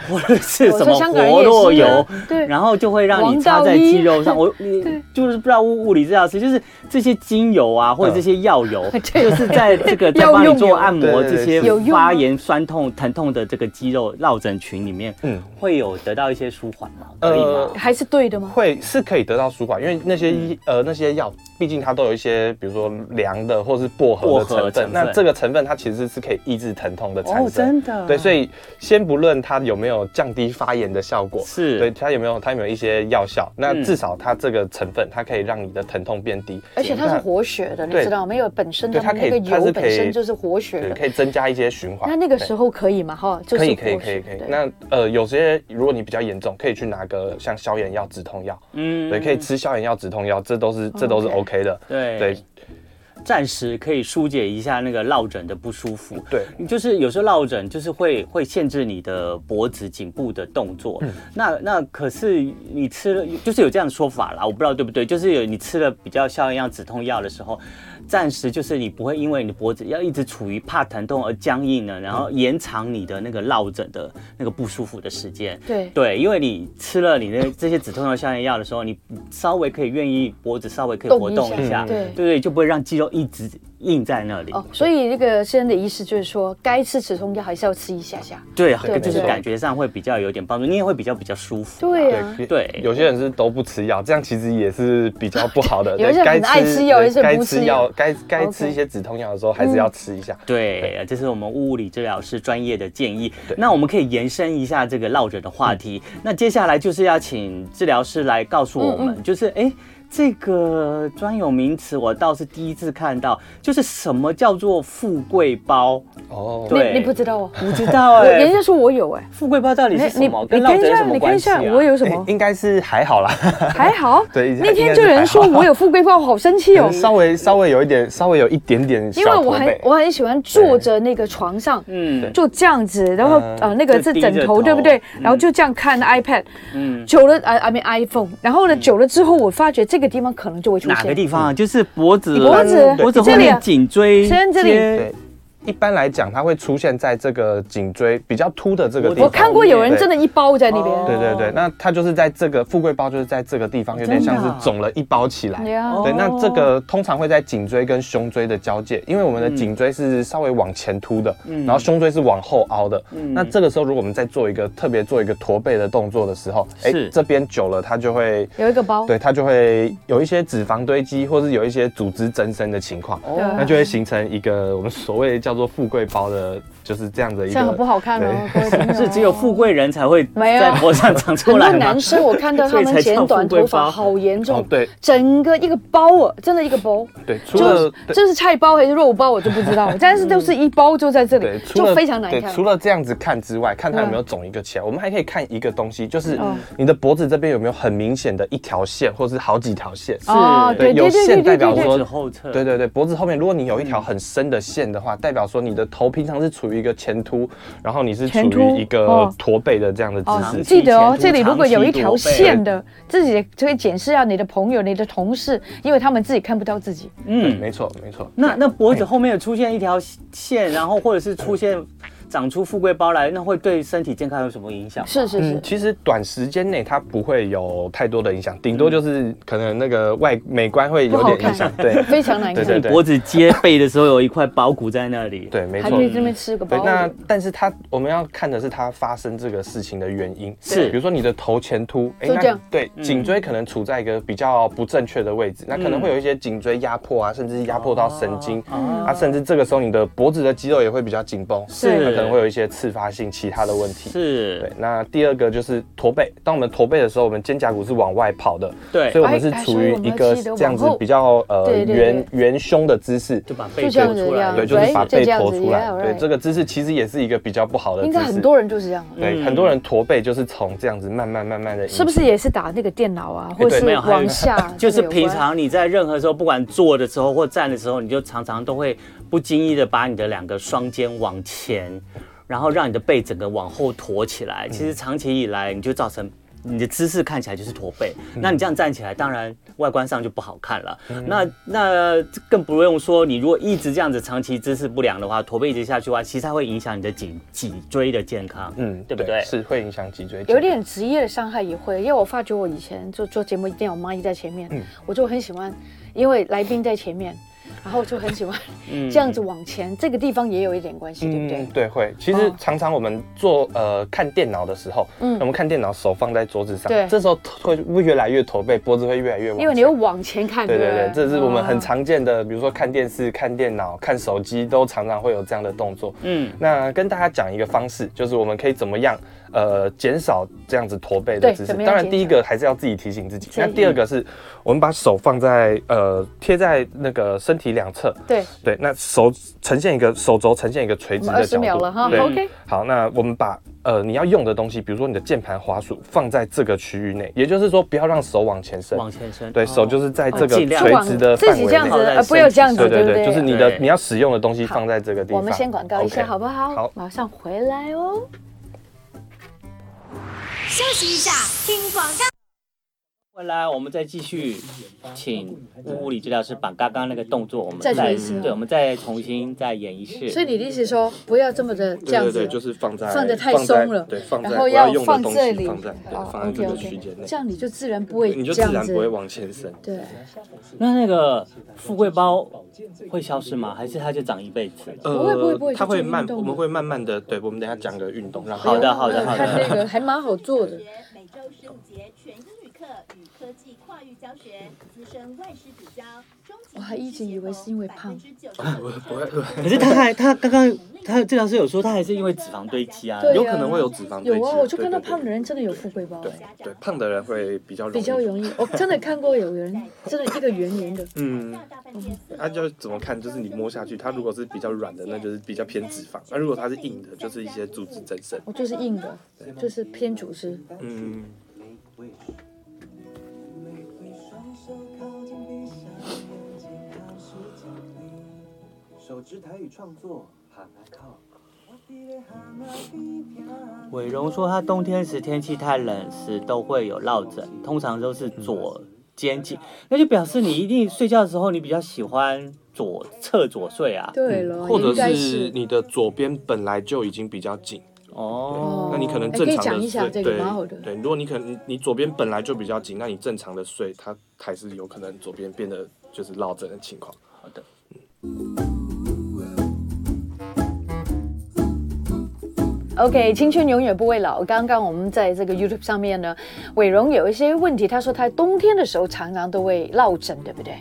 S3: 或者是
S2: 我
S3: 什
S2: 在
S3: 么
S2: 香港人也
S3: 活络
S2: 是啊
S3: 油，
S2: 对
S3: 然后就会让
S2: 王
S3: 你擦
S2: 道
S3: 在
S2: 一
S3: 肌肉上。我你
S2: 对
S3: 就是不知道物物理治疗师，就是这些精油啊，或者这些药油，
S2: [laughs] 对
S3: 就是在这个在
S2: 药
S3: 帮你
S2: 用油
S3: 做按摩
S4: 对
S3: 这
S4: 对
S3: 些
S4: 对
S2: 有用吗
S3: 发炎、酸痛、疼痛的这个肌肉落枕群里面，
S4: 嗯
S3: 会有得到一些舒缓吗？可以吗
S4: 呃？
S2: 还是对的吗？
S4: 会是可以得到舒缓，因为那
S2: 嗯
S4: 些、呃那些药，毕竟它都有一些，比如说凉的或是薄荷
S3: 薄
S4: 的
S3: 荷
S4: 成分，
S3: 成分
S4: 那这个成分它其实是可以抑制疼痛的产
S3: 哦
S4: 生。
S3: 真
S2: 嗯
S3: 的
S4: 对，所以先不论它有没有降低发炎的效果，
S3: 是
S4: 对它有没有它有没有一些药效，那
S3: 嗯
S4: 至少它这个成分它可以让你的疼痛变低，
S2: 而且它是
S4: 那
S2: 活血的，你
S4: 对
S2: 知道吗？没有本身
S4: 对
S2: 它
S4: 它
S2: 们
S4: 可
S2: 那
S4: 以
S2: 个
S4: 它
S2: 油
S4: 是
S2: 本
S4: 可
S2: 身
S4: 以
S2: 就是活血
S4: 对
S2: 的。
S4: 可以增加一些循环。
S2: 那那个
S4: 对
S2: 时候可以吗？哈，就是
S4: 可
S2: 活
S4: 以可以可
S2: 血
S4: 以可以
S2: 对。
S4: 那呃，有些如果你比较严重，可以去拿个像消炎药、止痛药，
S3: 嗯
S4: 对，可以吃消炎药、止痛药，这都是这都是
S2: 哦 OK
S4: OK 的。
S3: 对
S4: 对，
S3: 暂时可以疏解一下那个落枕的不舒服。
S4: 对
S3: 就是有时候落枕就是会会限制你的脖子、颈部的动作。
S4: 嗯
S3: 那那可是你吃了，就是有这样的说法啦，我不知道对不对。就是有你吃了比较消炎药、止痛药的时候，暂时就是你不会因为你的脖子要一直处于怕疼痛而僵硬了，然后延长你的那个落枕的那个不舒服的时间。
S2: 对
S3: 对，因为你吃了你的这些止痛药、消炎药的时候，你稍微可以愿意脖子稍微可以
S2: 动
S3: 活
S2: 一
S3: 动
S2: 下
S3: 一下，
S2: 对
S3: 对对，就不会让肌肉一直硬在那里。
S2: 哦，所以那个先生的意思就是说，该吃止痛药还是要吃一下下。
S3: 对，
S2: 对
S3: 就是
S2: 对
S3: 感觉上会比较有点帮助，你也会比较比较舒服啊。
S2: 对啊，
S4: 对
S3: 对
S4: 有些人是都不吃药，这样其实也是比较不好
S2: [laughs]
S4: 的。
S2: 有些人
S4: 该
S2: 很爱吃药
S4: 对
S2: 有些人
S4: 该
S2: 不吃
S4: 吃
S2: 药
S4: 药，该该
S2: OK
S4: 吃一些止痛药的时候，还是要吃一下。
S3: 对，这是我们物理治疗师专业的建议。那我们可以延伸一下这个落枕的话题。那接下来就是要请治疗师来告诉我
S2: 嗯
S3: 们，就是哎。诶这个专有名词我倒是第一次看到，就是什么叫做富贵
S2: [laughs]
S3: 包？
S4: 哦，
S3: 对
S2: 你你不知道哦，
S3: 不知道
S2: 我
S3: 哎、
S2: 人家说我有哎，
S3: 富贵包到底是什
S2: 你
S3: 么？
S2: 你
S3: 跟落
S2: 看一
S3: 枕有
S2: 下，
S3: 什么
S2: 你看
S3: 关
S2: 一
S3: 系
S2: 下
S3: 啊？
S2: 我有什
S4: 诶
S2: 么？
S4: 应该是还好啦，
S2: [laughs] 还好，
S4: 哎对
S2: 那天
S4: 应该
S2: 就有人说
S4: 还好
S2: 我有富贵包，我好生气
S4: 可 [laughs]
S2: 哦
S4: 能。稍微稍微有一点，稍微有一点点
S2: 因为
S4: 小
S2: 我
S4: 驼
S2: 很
S4: 背。
S2: 我很喜欢坐着那个床上，
S3: 嗯，
S2: 就这样子，然后
S4: 嗯
S2: 呃那个
S3: 就是低着
S2: 枕
S3: 头
S2: 头对不对？
S3: 嗯
S2: 然后就这样看 iPad，
S3: 嗯
S2: 久了啊 I mean iPhone，然后呢久了之后，我发觉这个地方可能就会出现
S3: 哪个地方啊？就是脖子、
S2: 脖子
S3: 脖子后
S2: 这里啊
S3: 面、颈椎、
S2: 先这里
S3: 肩
S4: 对，一般来讲，它会出现在这个颈椎比较凸的这个地方。
S2: 我看过有人真的一包在那
S3: 哦
S2: 边，
S4: 对对对，那它就是在这个富贵包，就是在这个地方，有点
S3: 真的
S4: 像
S3: 啊
S4: 是肿了一包起来。
S2: 呀
S3: 哦
S4: 对，那这个通常会在颈椎跟胸椎的交界，因为我们的颈椎是稍微往前凸的，然后胸椎是往后凹的。那这个时候，如果我们在做一个特别做一个驼背的动作的时候，哎
S3: 是，
S4: 这边久了它就会。
S2: 有一个包，
S4: 对，它就会有一些脂肪堆积，或是有一些组织增生的情况，
S2: 对
S3: 哦
S2: 啊
S4: 那就会形成一个我们所谓叫做富贵包的，就是这样的一
S2: 这样很不
S4: 个。
S2: 好看哦，各位听众
S3: [laughs] 是只有富贵人才会
S2: 没有
S3: 在脖上长出
S2: 很多
S3: 来吗
S2: 男？生我看到他
S3: [laughs] 所以
S2: 们
S3: 才叫
S2: 剪短头发
S3: 富贵包
S2: 好严重
S4: 哦，，对
S2: 整个一个包啊，真的一个包，
S4: 对，除了
S2: 就
S4: 对
S2: 这是菜包还是肉包我就不知
S3: [laughs]
S2: 道，但是都是一包就在这
S4: 对，
S2: 里，
S4: 除
S2: 就
S4: 了
S2: 非常难
S4: 对
S2: 看
S4: 除。了这样子看之外，看它有没有
S2: 嗯
S4: 肿一个起来，我们还可以看一个东西，就是
S2: 嗯
S4: 你的脖子这边有没有很明显的一条线，或是好几条线。
S2: 哦嗯对
S4: 有
S2: 对对
S4: 线
S2: 对对
S4: 代表
S2: 对
S3: 脖子
S4: 说。
S3: 后侧，
S4: 对对对，脖子后面，如果你有一条很深的线的
S2: 嗯
S4: 话，代表说你的头平常是处于一个前凸，然后你是处
S2: 前凸
S4: 于一个
S2: 哦
S4: 驼背的这样的姿
S2: 哦
S3: 长，
S4: 势。
S2: 记得哦，
S3: 期
S2: 这里如果有一条线
S3: 长
S2: 的，自己可以检视一下你的朋友、你的同事，因为他们自己看不到自己。
S4: 嗯，
S3: 嗯，
S4: 没错没错。
S3: 那那脖子后面有出现一条线，然后或者是出现长出富贵包来，那会对身体健康有什么影响？
S2: 是是
S4: 嗯
S2: 是，，
S4: 其实短时间内它不会有太多的影响，顶多就是可能那个外美观会
S2: 嗯
S4: 有
S2: 不好
S4: 点
S2: 看
S4: 影响。对
S2: [laughs] 非常难
S4: 对
S2: 看
S4: 对。
S3: 你脖子接背的时候有一块包骨在那里。，哦
S4: 对，没
S2: 还
S4: 错。
S2: 可以这边吃个
S4: 对，
S2: 包。
S4: 那但是它我们要看的是它发生这个事情的原因，
S3: 是
S4: 比如说你的头前凸，哎
S2: 就这样嗯
S4: 对，颈椎可能处在一个比较不正确的位置，那可能会有一些颈椎压迫啊，甚至是压迫到神经，
S2: 哦
S4: 啊，甚至这个时候你的脖子的肌肉也会比较紧绷，
S3: 是
S4: 那可能会有一些次发性其他的问题。对
S3: 是，，
S4: 那第二个就是驼背。当我们驼背的时候，我们肩胛骨是往外跑的，
S3: 对
S4: 所以我们是
S2: 哎哎
S4: 处
S2: 所以
S4: 于
S2: 我们
S4: 一
S2: 要
S4: 个
S2: 记得
S4: 这样子
S2: 往后
S4: 比较呃
S2: 对对对
S4: 圆圆胸的姿势，
S3: 就把
S2: 就
S3: 背
S2: 这样
S3: 驼
S2: 子
S3: 出来。
S2: 这样
S4: 对，就是
S2: 哎
S4: 把
S2: 就
S4: 背
S2: 这样
S4: 驼
S2: 子
S4: 出来
S2: yeah，。
S4: 对，
S2: right
S4: 这个姿势其实也是一个比较不好的姿
S2: 应
S4: 势。
S2: 该很多人就是这样啊，
S4: 对，
S3: 嗯
S4: 很多人驼背就是从这样子慢慢慢慢的，
S2: 是不是？也是打那个电脑啊，或者
S3: 哎没
S2: 是
S3: 有还有
S2: 往下？
S3: [laughs] 就是
S2: 这个有
S3: 平
S2: 关
S3: 常你在任何时候，不管坐的时候或站的时候，你就常常都会不经意的把你的两个双肩往
S4: 嗯
S3: 前，然后让你的背整个往后驼起来。其实长期以来，你就造成你的姿势看起来就是驼背，
S4: 嗯
S3: 那你这样站起来，当然外观上就不好看了。那那更不用说，你如果一直这样子长期姿势不良的话，驼背一直下去的话，其实它会影响你的颈脊椎的健康，
S4: 嗯，
S3: 对不对？
S4: 是会影响脊椎，
S2: 有点职业的伤害也会，因为我发觉我以前做做节目一定要有妈一在前面，
S3: 嗯
S2: 我就很喜欢，因为来宾在前面，然后我就很喜欢
S3: 嗯
S2: 这样子往前，这个地方也有一点关系，对不对？
S4: 嗯对，会。其实
S2: 哦
S4: 常常我们做呃看电脑的时候，
S2: 嗯
S4: 嗯，我们看电脑手放在桌子上，
S2: 对
S4: 这时候会会越来越驼背，脖子会越来越往前。
S2: 因为你又往前看，
S4: 对对
S2: 不
S4: 对，这是我们很
S2: 哦
S4: 常见的，比如说看电视、看电脑、看手机，都常常会有这样的动作。
S3: 嗯，
S4: 那跟大家讲一个方式，就是我们可以怎么样，呃，减少这样子驼背
S2: 对
S4: 的姿势
S2: 怎么。样
S4: 当然，
S2: 减
S4: 第一个还是要自己提醒自己。
S2: 建
S4: 那
S2: 议
S4: 第二个是，我们把手放在呃贴在那个身体两侧，
S2: 对，
S4: 对，那手呈现一个手肘呈现一个垂
S2: 我
S4: 直
S2: 们
S4: 的
S2: 二
S4: 角
S2: 十
S4: 度。
S2: 秒了哈
S4: 对
S2: ，OK，
S4: 好，那我们把呃你要用的东西，比如说你的键盘、滑鼠，放在这个区域内，也就是说不要让手往前伸，
S3: 往前伸，
S4: 对，
S3: 哦
S4: 手就是在这
S3: 哦
S4: 个
S3: 尽量
S4: 垂直的
S2: 自
S4: 范
S2: 己
S4: 围
S2: 这样子，
S4: 内。
S3: 内
S2: 呃，不要这样子，
S4: 对
S2: 对
S4: 对
S2: 不对？
S4: 对，就是你的
S3: 对
S4: 你要使用的东西放在这个地方。
S2: 我们先广告一下
S4: OK
S2: 好不好？
S4: 好
S2: 马上回来哦。
S6: 休息一下，听广告。
S3: 回来，我们再继续请物理治疗师把刚刚那个动作，我们
S2: 再做一次哦
S3: 对，我们再重新再演一次。
S2: 所以你的意思说，不要这么的这样子，
S4: 是放在
S2: 放得太松了
S4: 放在对，放在
S2: 然后
S4: 我要
S2: 要
S4: 用
S2: 放
S4: 的东
S2: 这
S4: 西
S2: 里，
S4: 放在对
S2: 哦
S4: 放在这个
S2: OK，OK，
S4: 区间内
S2: 这，样你就自然不会
S4: 你就
S2: 这样
S4: 自然不会
S2: 子。
S4: 往前伸。
S2: 对，
S3: 那那个富贵包会消失吗？还是它就长一辈子？
S2: 不会不会不会
S4: 呃它
S2: 就
S4: 会
S2: 做运
S4: 慢，
S2: 动
S4: 我们
S2: 嘛
S4: 会慢慢的，对，我们等一下讲个运动，然后
S3: 好的好
S2: 哎
S3: 的
S2: 呦
S3: 好的
S2: 看那个还蛮好做的，
S6: 每周十五节全英语课与科技跨域教学，资深外师比较，终极
S2: 我还一直以为是因为胖
S4: 不会，不会
S3: 可是他还他刚刚他治疗师有说他还是因为脂肪堆积啊。
S2: 对啊
S4: 有可能会有脂肪堆积。
S2: 有啊，我就看到
S4: [laughs] 对对对
S2: 胖的人真的有富贵包，
S4: 对
S2: 哎
S4: 对，胖的人会比较容易
S2: 比较容易。我真的看过有人真的一个圆圆的，
S4: 嗯，那、就怎么看？就是你摸下去，它如果是比较软的，那就是比较偏脂肪；那、如果它是硬的，就是一些组织增生。
S2: 我哦就是硬的，就是偏主食。
S4: 嗯，
S7: 手指台语创作，哈那靠。
S3: 伟荣说他冬天时天气太冷时都会有落枕，通常都是左肩颈，那就表示你一定睡觉的时候你比较喜欢左侧左睡啊。
S2: 对了，
S4: 或者
S2: 嗯哦应该
S4: 是你的左边本来就已经比较紧，
S3: 哦，
S4: 那你可能
S2: 哎
S4: 正
S2: 可以
S4: 常
S2: 讲
S4: 的
S2: 一下
S4: 睡，
S2: 这个蛮好的
S4: 对对，如果你可能你左边本来就比较紧，那你正常的睡，它还是有可能左边变得就是落枕的情况。
S3: 好的。
S2: OK，青春永远不会老。刚刚我们在这个 YouTube 上面呢，伟荣有一些问题，他说他冬天的时候常常都会落枕，对不对？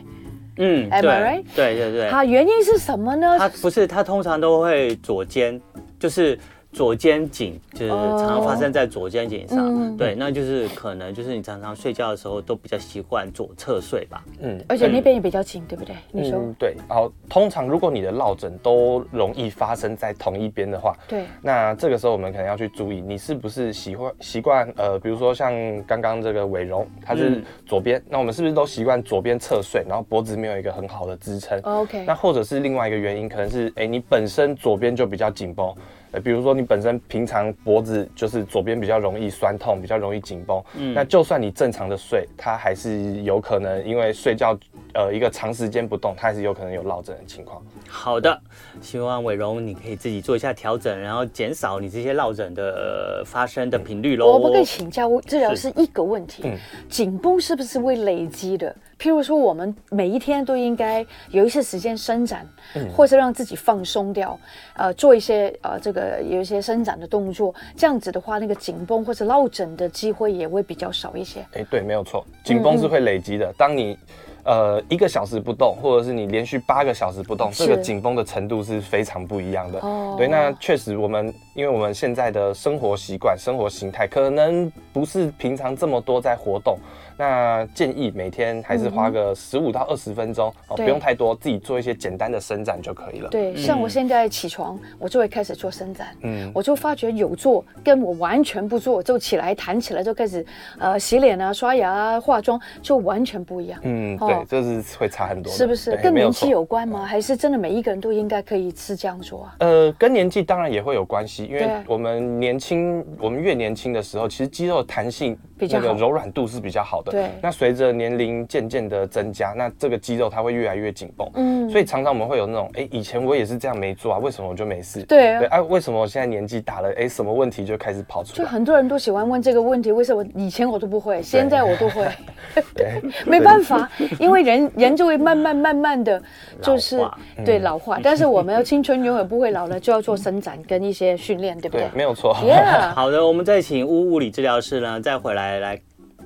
S3: 嗯，
S2: Am I
S3: 对
S2: right？
S3: 对对对。
S2: 他原因是什么呢？
S3: 他不是，他通常都会左肩，就是左肩颈，就是
S2: 哦
S3: 常常发生在左肩颈上。
S2: 嗯
S3: 对，那就是可能就是你常常睡觉的时候都比较习惯左侧睡吧。
S4: 嗯。
S2: 而且那边也比较紧，对不对？你说、
S4: 嗯，对，好，通常如果你的落枕都容易发生在同一边的话，
S2: 对，
S4: 那这个时候我们可能要去注意，你是不是习惯习惯呃，比如说像刚刚这个伟荣，他是
S3: 嗯
S4: 左边，那我们是不是都习惯左边侧睡，然后脖子没有一个很好的支撑？
S2: 哦 OK
S4: 那或者是另外一个原因，可能是哎、诶你本身左边就比较紧绷。呃，比如说你本身平常脖子就是左边比较容易酸痛，比较容易紧绷，那就算你正常的睡，它还是有可能因为睡觉，呃，一个长时间不动，它还是有可能有落枕的情况。
S3: 好的，希望伟荣你可以自己做一下调整，然后减少你这些落枕的、呃发生的频率喽。
S2: 我不可以请教治疗师一个问题
S4: 嗯：
S2: 紧绷是不是会累积的？譬如说，我们每一天都应该有一些时间伸展，
S4: 嗯
S2: 或是让自己放松掉，呃，做一些呃这个有一些伸展的动作。这样子的话，那个紧绷或者落枕的机会也会比较少一些。
S4: 哎，对，没有错，紧绷是
S2: 嗯
S4: 会累积的。当你呃一个小时不动，或者是你连续八个小时不动，
S2: 是
S4: 这个紧绷的程度是非常不一样的。
S2: 哦
S4: 对，那确实我们因为我们现在的生活习惯、生活形态，可能不是平常这么多在活动。那建议每天还是花个十五到二十分钟、哦，
S2: 嗯对
S4: 不用太多，自己做一些简单的伸展就可以了。
S2: 对，像我现在起床，我就会开始做伸展。
S4: 嗯，
S2: 我就发觉有做跟我完全不做，就起来弹起来就开始，呃，洗脸啊、刷牙啊、化妆，就完全不一样。
S4: 嗯，
S2: 哦
S4: 对，这是会差很多的，
S2: 是不是
S4: 对
S2: 跟
S4: 没
S2: 年
S4: 有
S2: 纪
S4: 错嗯
S2: 有关吗？还是真的每一个人都应该可以是这样做啊？
S4: 呃，跟年纪当然也会有关系，因为
S2: 对
S4: 我们年轻，我们越年轻的时候，其实肌肉弹性
S2: 比较
S4: 那个
S2: 好
S4: 柔软度是比较好的。
S2: 对
S4: 那随着年龄渐渐的增加，那这个肌肉它会越来越紧绷。
S2: 嗯
S4: 所以常常我们会有那种，哎，以前我也是这样没做啊，为什么我就没事？
S2: 对啊
S4: 对，哎、为什么我现在年纪大了，哎，什么问题就开始跑出
S2: 就
S4: 来？
S2: 很多人都喜欢问这个问题，为什么以前我都不会，现在我都会？ [laughs]
S4: 对，
S2: 没办法，因为人人就会慢慢慢慢的，就是
S3: 老化
S2: 对
S4: 嗯
S2: 老化。但是我们要青春永远不会老了，就要做伸展跟一些训练，对不
S4: 对
S2: 对，啊
S4: 没有错。 [laughs]
S2: ？Yeah，
S3: [laughs] 好的，我们再请物物理治疗师呢，再回来来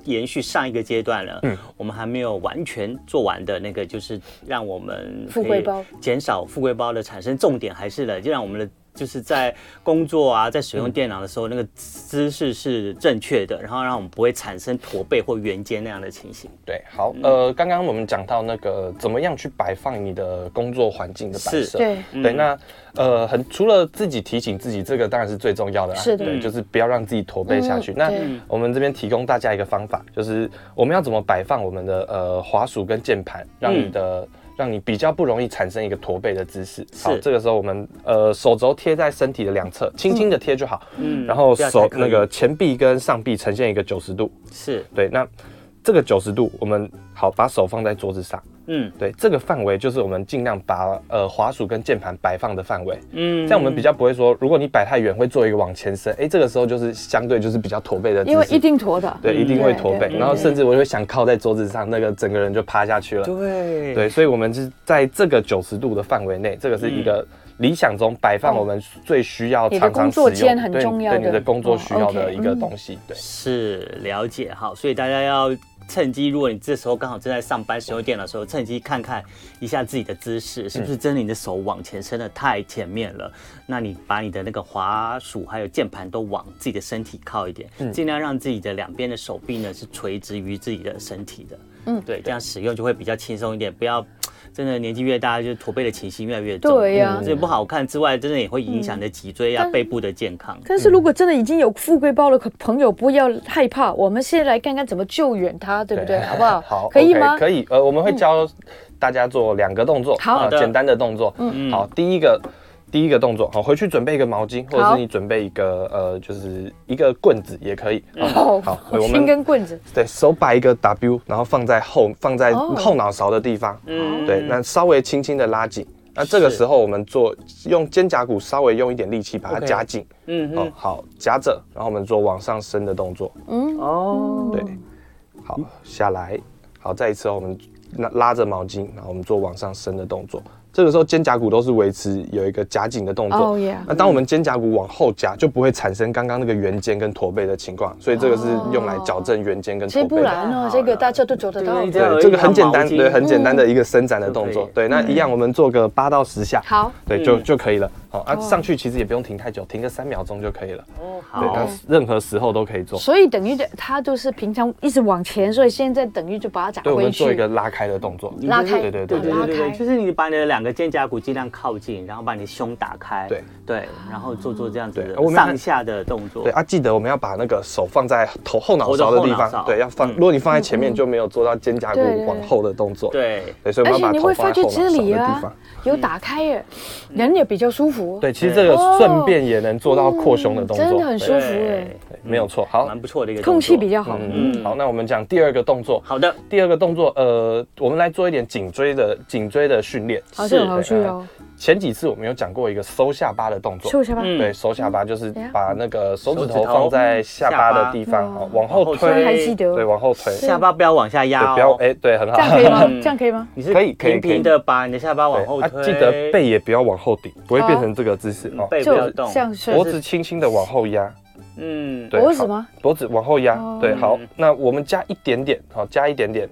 S3: 延续上一个阶段了。嗯，我们还没有完全做完的那个，就是让我们
S2: 富贵包
S3: 可以减少富贵包的产生。重点还是呢，就让我们的。就是在工作啊，在使用电脑的时候，那个姿势是正确的，然后让我们不会产生驼背或圆肩那样的情形。
S4: 对，好，
S2: 嗯
S4: 呃，刚刚我们讲到那个怎么样去摆放你的工作环境的摆
S3: 是嗯
S4: 设，
S2: 对
S4: 对，那呃，很除了自己提醒自己，这个当然是最重要的啦，
S2: 是的
S3: 嗯
S4: 对，就是不要让自己驼背下去。
S2: 嗯
S4: 那
S2: 对
S4: 我们这边提供大家一个方法，就是我们要怎么摆放我们的呃滑鼠跟键盘，让你的、让你比较不容易产生一个驼背的姿势。好，
S3: 嗯是
S4: 这个时候我们呃手肘贴在身体的两侧，轻轻的贴就好。
S3: 嗯
S4: 然后
S3: 这样
S4: 手
S3: 才可以
S4: 那个前臂跟上臂呈现一个九十度，
S3: 是，
S4: 对，那这个九十度，我们好把手放在桌子上，
S3: 嗯
S4: 对，这个范围就是我们尽量把呃滑鼠跟键盘摆放的范围，
S3: 嗯
S4: 这样我们比较不会说，如果你摆太远会做一个往前伸，哎，这个时候就是相对就是比较驼背的姿势，
S2: 因为一定驼的，
S4: 对一定会
S2: 对
S4: 驼背，
S2: 对
S4: 然后甚至我会想靠在桌子上，那个整个人就趴下去了，
S3: 对
S4: 对，所以我们是在这个九十度的范围内，这个是一个理想中摆放我们最需
S2: 嗯
S4: 要
S2: 哦你的
S4: 常常
S2: 工
S4: 使
S2: 作
S4: 用
S2: 间很
S4: 对
S2: 重要
S4: 对
S2: 的
S4: 你的工
S2: 哦
S4: 作需要的
S2: ，OK，
S4: 一个
S2: 嗯
S4: 东西，对。
S3: 是了解好，所以大家要趁机，如果你这时候刚好正在上班使用电脑的时候，趁机看看一下自己的姿
S4: 嗯
S3: 势是不是真的你的手往前伸的太前面了。那你把你的那个滑鼠还有键盘都往自己的身体靠一点，
S4: 嗯
S3: 尽量让自己的两边的手臂呢是垂直于自己的身体的。嗯，对，这样使用就会比较轻松一点，不要。真的年纪越大，就是驼背的情形越来越重，
S2: 对呀
S3: 嗯所以不好看之外，真的也会影
S4: 嗯
S3: 响你的脊椎啊、
S2: 但
S3: 背部的健康。
S2: 但是如果真的已经有富贵包的可朋友，不要害怕，我们先来看看怎么救援他，对不对？好不好？
S4: 好，
S2: 可以
S4: OK，
S2: 吗？
S4: 可以，呃，我们会教大家做两个动作，
S2: 好
S4: 呃
S3: 的
S4: 简单的动作。嗯，好，第一个。第一个动作，好，回去准备一个毛巾，或者
S2: 好
S4: 是你准备一个呃，就是一个棍子也可以。
S2: 哦，
S4: 好，
S2: 我
S4: 我
S2: 心
S4: 们
S2: 跟棍子，
S4: 对手摆一个 W，然后放在后放在
S2: 哦
S4: 后脑勺的地方，
S3: 嗯
S4: 对，那稍微轻轻的拉紧。那这个
S3: 是
S4: 时候我们做用肩胛骨稍微用一点力气把它
S3: OK
S4: 夹紧，
S3: 嗯
S4: 哦
S3: 哼，，
S4: 好，夹着，然后我们做往上升的动作。
S2: 嗯，
S3: 哦，
S4: 对，好，下来，好，再一次哦，我们拉拉着毛巾，然后我们做往上升的动作。这个时候肩胛骨都是维持有一个夹紧的动作。
S2: 哦耶，
S4: 那当我们肩胛骨往后夹，就不会产生刚刚那个圆肩跟驼背的情况，所以这个是用来矫正圆肩跟
S2: 这
S4: 驼
S2: 哦不
S4: 背的。
S2: 然呢，这个大家都做得到
S3: 对。对
S4: 对，这个很简单，
S3: 一条毛巾
S4: 对，很简单的一个伸展的动作
S3: 嗯。
S4: 对，那一样我们做个八到十下，
S2: 好，哦
S4: 对，就
S3: 嗯
S4: 就可以了。好，啊，上去其实也不用停太久，停个三秒钟就可以了。
S3: 哦，好
S4: 对，那任何时候都可以做。
S2: 所以等于他就是平常一直往前，所以现在等于就把它打
S4: 对，我
S2: 回
S4: 们做一
S2: 去。
S4: 个拉开的动作。
S2: 拉开
S4: 对对
S3: 对对
S4: 对对
S3: 对
S2: 拉
S3: 对
S2: 开
S3: 对，就是你把你的两个肩胛骨尽量靠近，然后把你的胸打开，
S4: 对
S3: 对，然后做做这样子
S4: 对
S3: 的
S4: 我们
S3: 上下的动作
S4: 对。啊，记得我们要把那个手放在头后脑勺的
S3: 头
S4: 地
S3: 的后脑勺
S4: 方，对，要放。
S3: 嗯
S4: 如果你放在前面，就没有做到肩胛
S2: 对对嗯对
S4: 骨往后的动作。
S3: 对，
S4: 对，所以我
S2: 而
S4: 们要
S2: 且
S4: 把
S2: 你
S4: 头
S2: 会发
S4: 放在
S2: 觉
S4: 后
S2: 这
S4: 脑勺
S2: 里
S4: 的地
S2: 啊
S4: 方。，
S2: 有打开耶，人也比较舒服。
S4: 对，其实这个
S2: 哦
S4: 顺便也能做到扩胸的动作，
S2: 嗯真的很舒服哎
S3: 对，嗯
S4: 对欸没有错。好，
S3: 蛮不错的一个
S2: 空气比
S3: 较
S2: 较好。
S4: 嗯，好，那我们讲第二个动作。
S3: 好的，
S4: 第二个动作，呃，我们来做一点颈椎的颈椎的训练。
S2: 好，
S3: 是
S2: 这个好去哦，
S4: 前几次我们有讲过一个收下巴的动作，
S2: 秀一下哎吧。
S3: 嗯
S4: 对，收下巴就是
S2: 等一下
S4: 把那个手指
S3: 手指头
S4: 头放在下巴的地
S2: 下
S4: 方，
S2: 巴哦
S4: 好往后
S2: 所以
S4: 推，
S2: 还记
S4: 对，
S2: 得，
S4: 往后推，
S3: 下巴不要往下
S4: 对，
S3: 压
S4: 不要
S3: 哦，
S4: 哎，对，很
S2: 这样可以
S4: 好。
S2: 吗？
S3: 嗯
S2: 这样可以吗？
S3: 你是
S4: 可以可以
S3: 平平的把你的下巴往后
S4: [laughs] 对
S3: 推，嗯
S4: 啊记得背也不要往后顶，不会
S2: 好
S4: 变成这个姿势哦。
S3: 背不要
S2: 就
S3: 动
S2: 这，样
S4: 脖
S2: 子，
S4: 子轻轻的往后压，
S3: 嗯，
S4: 对，
S2: 脖子
S4: 好
S2: 吗？
S4: 脖子往后压
S2: 哦，
S4: 对，好，那我们加一点点，好，加一点点，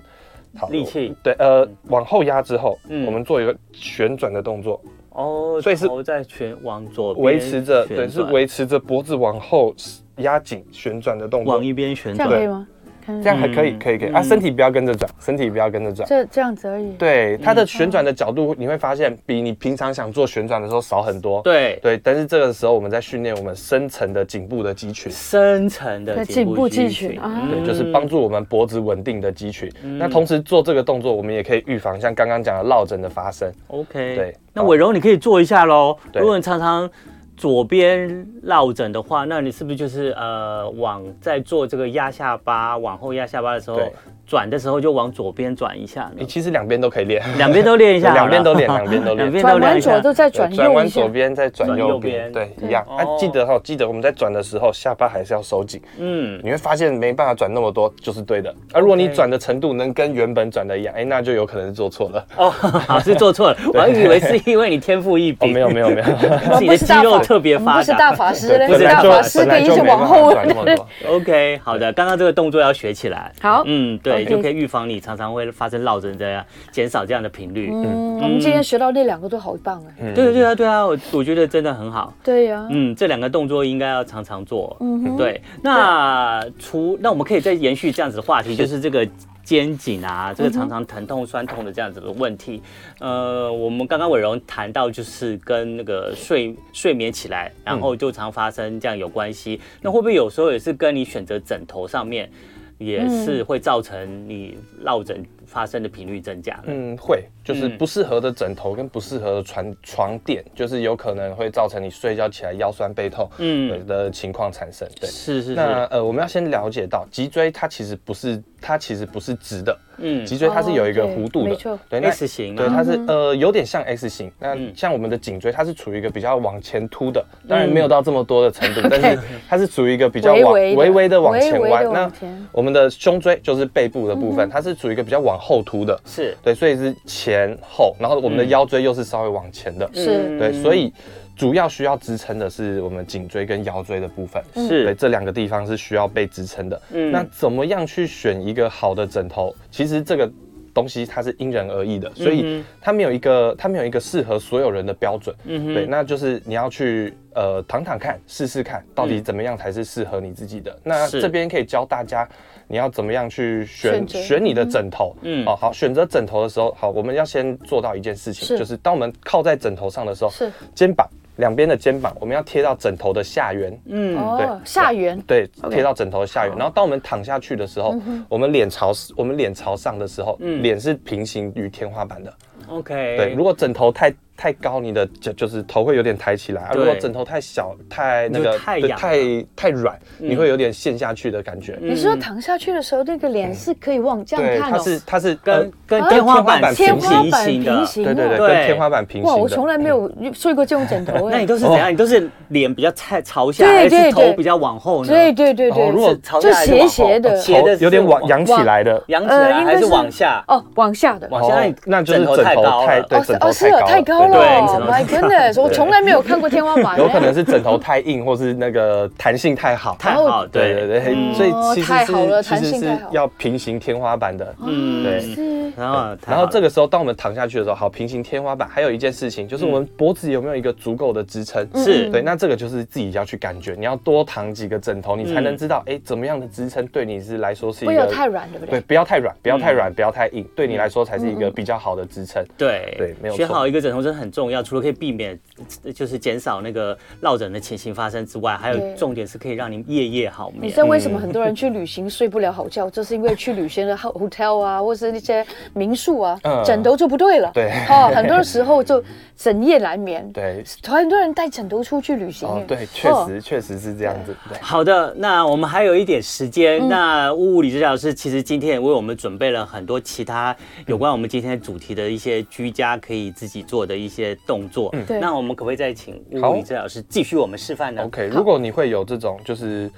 S4: 好，
S3: 力气，
S4: 对，呃，往后压之后，
S3: 嗯
S4: 我们做一个旋转的动作，
S3: 哦，
S4: 所以是
S3: 头在旋往左边
S4: 维持着，
S3: 旋
S4: 对，是
S3: 转
S4: 维持着脖子往后压紧旋转的动作
S3: 往，一边旋
S2: 这样
S3: 转，
S2: 可以吗？看
S4: 这样还可以，
S3: 嗯
S4: 可以，可以啊，身体不要跟着转，身体不要跟着转。
S2: 这这样子而已。
S4: 对，它
S2: 嗯
S4: 的旋转的角度，你会发现比你平常想做旋转的时候少很多。
S3: 对，
S4: 对，但是这个时候我们在训练我们深层的颈部的肌群，
S3: 深层的
S2: 那颈
S3: 颈部
S2: 部
S3: 肌
S2: 肌
S3: 群
S2: 群啊
S3: 嗯
S4: 对，就是帮助我们脖子稳定的肌群。那同时做这个动作，我们也可以预防像刚刚讲的落枕的发生。
S3: OK，
S4: 对
S3: 那伟荣你可以做一下喽。
S4: 对
S3: 如果你常常左边落枕的话，那你是不是就是呃往在做这个压下巴，往后压下巴的时候
S4: 对
S3: 转的时候就往左边转一下
S4: 你
S3: 呢？
S4: 其实两边都可以练， [laughs]
S3: [laughs] 两边都嗯练一下好了，
S4: 两边都练，两边都
S3: [laughs] 两
S4: 练。
S3: 边
S2: 转
S3: 都练
S2: 完
S3: 一
S2: 左
S3: 下。
S2: 都再转
S4: 转
S2: 右
S4: 完
S2: 一下
S4: 左。边再转
S3: 转右
S4: 右边，
S3: 边哦
S4: 对，一样。啊，记得哈，记得我们在转的时候，下巴还是要收紧。
S3: 嗯，
S4: 你会发现没办法转那么多，就是对的。而如果你
S3: OK
S4: 转的程度能跟原本转的一样，哎，那就有可能是做错了。
S3: 哦， [laughs] 好是做 [laughs] 错了，我还以为是因为你天赋异
S4: 哦，
S3: 禀，
S4: 没有没有没
S2: [laughs]
S4: 有，
S3: 自己的肌肉特别
S2: 我们
S3: 发
S2: 不是大
S3: 达。
S2: 法师
S4: 对
S2: 嘞，
S4: 本
S2: 是
S4: 来
S2: 大
S4: 就
S2: 法
S4: 本
S2: 师可
S4: 来
S2: 以一
S4: 就
S2: 直
S4: 没办
S2: 往
S4: 法
S2: 后。
S4: 转那么多。
S3: OK，好的，刚刚这个动作要学起来。
S2: [laughs] 好，
S3: 嗯，对，
S2: OK
S3: 就可以预防你常常会发生落枕这样，减少这样的频率。
S2: 嗯，我们今天学到那两个都好棒
S4: 嗯
S2: 哎。
S3: 对对啊，对啊，我我觉得真的很好。
S2: 对呀，
S3: 嗯，这两个动作应该要常常做。
S2: 嗯哼，
S3: 对，那除那我们可以再延续这样子的话题，就是这个肩颈啊，这个常常疼痛、酸痛的这样子的问题。呃，我们刚刚伟荣谈到就是跟那个睡睡眠起来，然后就常发生这样有关系。那会不会有时候也是跟你选择枕头上面，也是会造成你落枕发生的频率增加呢？
S4: 嗯，会，就是不适合的枕头跟不适合的床床垫，就是有可能会造成你睡觉起来腰酸背痛，嗯
S3: 嗯
S4: 的情况产生。对，
S3: 是是
S4: 那
S3: 是，
S4: 呃，我们要先了解到脊椎它其实不是它其实不是直的，
S3: 嗯
S4: 脊椎它是有一个
S2: 哦对
S4: 弧度
S2: 没
S4: 的，
S2: 错嗯
S4: 对那
S3: ，S 型
S4: 对，
S3: 嘛，
S4: 它是呃有点像 S 型。那
S3: 嗯
S4: 像我们的颈椎，它是处于一个比较往前凸的，当然没有到这么多的程度，
S3: [laughs]
S4: 但是它是处于一个比较
S2: 微
S4: 往
S2: 微的
S4: 微微的往前
S2: 微微
S4: 弯
S2: 地。
S4: 那
S2: 往前嗯
S4: 我们的胸椎就是背部的部分，它是处于一个比较往后凸的，
S3: 是
S4: 对，所以是前后，然后我们的
S3: 嗯
S4: 腰椎又是稍微往前的，
S2: 是
S4: 对，所以主要需要支撑的是我们颈椎跟腰椎的部分。对，
S3: 是
S4: 这两个地方是需要被支撑的。
S3: 嗯
S4: 那怎么样去选一个好的枕头？其实这个东西它是因人而异的，所
S3: 嗯
S4: 以它没有一个它没有一个适合所有人的标准。
S3: 嗯
S4: 对，那就是你要去呃躺躺看，试试看到底怎么样才是适合你自己的。那
S3: 是
S4: 这边可以教大家。你要怎么样去
S2: 选
S4: 选
S2: 择
S4: 选你的枕头？
S3: 嗯
S4: 嗯，哦，好，选择枕头的时候，好，我们要先做到一件事情，
S2: 是
S4: 就是当我们靠在枕头上的时候，
S2: 是
S4: 肩膀两边的肩膀，我们要贴到枕头的下缘，
S2: 哦，
S4: 嗯对
S2: 下缘
S4: 对，贴到枕头的下缘。然后当我们躺下去的时
S2: 嗯
S4: 候，我们脸朝我们脸朝上的时候，脸是平行于天花板的。
S3: ，OK，
S4: 对，如果枕头太太高，你的就就是头会有点抬起来；啊
S3: 对
S4: 如果枕头太小、太那
S3: 就
S4: 个
S3: 太嗯
S4: 对
S3: 仰
S4: 太太软，你会有点陷下去的感觉。
S3: 嗯
S2: 你是说躺下去的时候，那个脸是可以往这
S4: 嗯对，
S2: 样看
S4: 它
S2: 哦？
S4: 是它是
S3: 跟
S4: 呃
S3: 跟
S2: 啊
S3: 天花板
S4: 天
S2: 天
S3: 平
S2: 花
S3: 行
S2: 板
S3: 型的
S2: 平，行
S4: 对
S2: 哦，
S4: 对对，
S3: 对
S4: 跟天花板平
S2: 哇，我
S4: 行
S2: 从
S4: 的。
S2: 来没有睡过这种枕头
S3: 嗯那
S2: 哎
S3: 你。都
S4: 哦
S3: 是怎样？你都是脸比较太朝下，
S2: 对
S3: 还
S2: 对
S3: 是头
S2: 对
S3: 比较往后呢？
S2: 对对对对，
S4: 哦如果
S3: 是朝下还是
S2: 就斜
S3: 往后
S2: 斜的
S3: 哦
S4: 头
S3: 斜的是
S4: 有点往仰起
S2: 往
S4: 来的，哦
S3: 仰起
S2: 呃
S3: 来
S2: 应
S3: 还
S2: 该
S3: 是
S2: 是
S3: 往下？
S2: 哦，往下的。
S3: 往下，那你
S4: 那就是
S3: 枕头
S4: 枕
S3: 太
S4: 头
S3: 高
S4: 太
S3: 了
S4: 对
S2: 哦，是
S4: 枕
S2: 哦
S4: 头
S2: 是哦太
S4: 太
S2: 高
S4: 高
S2: 了 Oh
S4: 了
S3: 对枕头
S2: ，My goodness，我从来没有看过天花板。欸
S4: 有可能是枕头太硬，或是那个弹性太好。
S3: 太好，
S4: 对
S3: 对嗯
S4: 对对，所以其实
S2: 哦太
S4: 是
S2: 好了
S4: 其
S2: 弹
S4: 实
S2: 性太
S4: 是
S2: 好
S4: 要平行天花板的。
S3: 嗯
S4: 对
S2: 哦是
S3: 然后
S4: 然后这
S3: 个
S4: 个时候，当我们躺下去的时候，好，平行天花板。还有一件事情，就是我
S2: 嗯
S4: 们脖子有没有一个足够的支撑？
S3: 是
S4: 对，那这个就是自己要去感觉，你要多躺几个枕头，你才能知道，哎，怎么样的支撑对你是来说是一
S2: 嗯不要
S4: 个
S2: 太软，嗯对不
S4: 对，
S2: 对？
S4: 不要太软，不要太软，不要太硬，对你来说才是一
S2: 嗯
S4: 个比较好的支撑。
S3: 对
S4: 对没有
S3: 选
S4: 错
S3: 好一个枕头真的很重要，除了可以避免呃就是减少那个落枕的情形发生之外，还
S2: 对
S3: 有重点是可以让你夜夜好
S2: 你
S3: 眠
S2: 知。道为什么很多人去旅行睡不了好觉，就是因为去旅行的 hotel 啊，或是那些民宿啊，
S4: 嗯
S2: 枕头就不对了。
S4: 对
S2: 哦，很多时候就整夜难眠。，
S4: 对，
S2: 很多人带枕头出去旅行。
S4: 哦
S2: 哎，
S4: 对，确
S2: 哦
S4: 实确实是这样子。对，
S3: 好的，那我们还有一点时间。
S2: 嗯
S3: 那物理治疗师其实今天也为我们准备了很多其他有关我们今天主题的一些居家可以自己做的一些动作。
S2: 对
S3: 那我们可不可以再请物
S4: 好
S3: 理治疗师继续我们示范呢
S4: OK，如果你会有这种就是。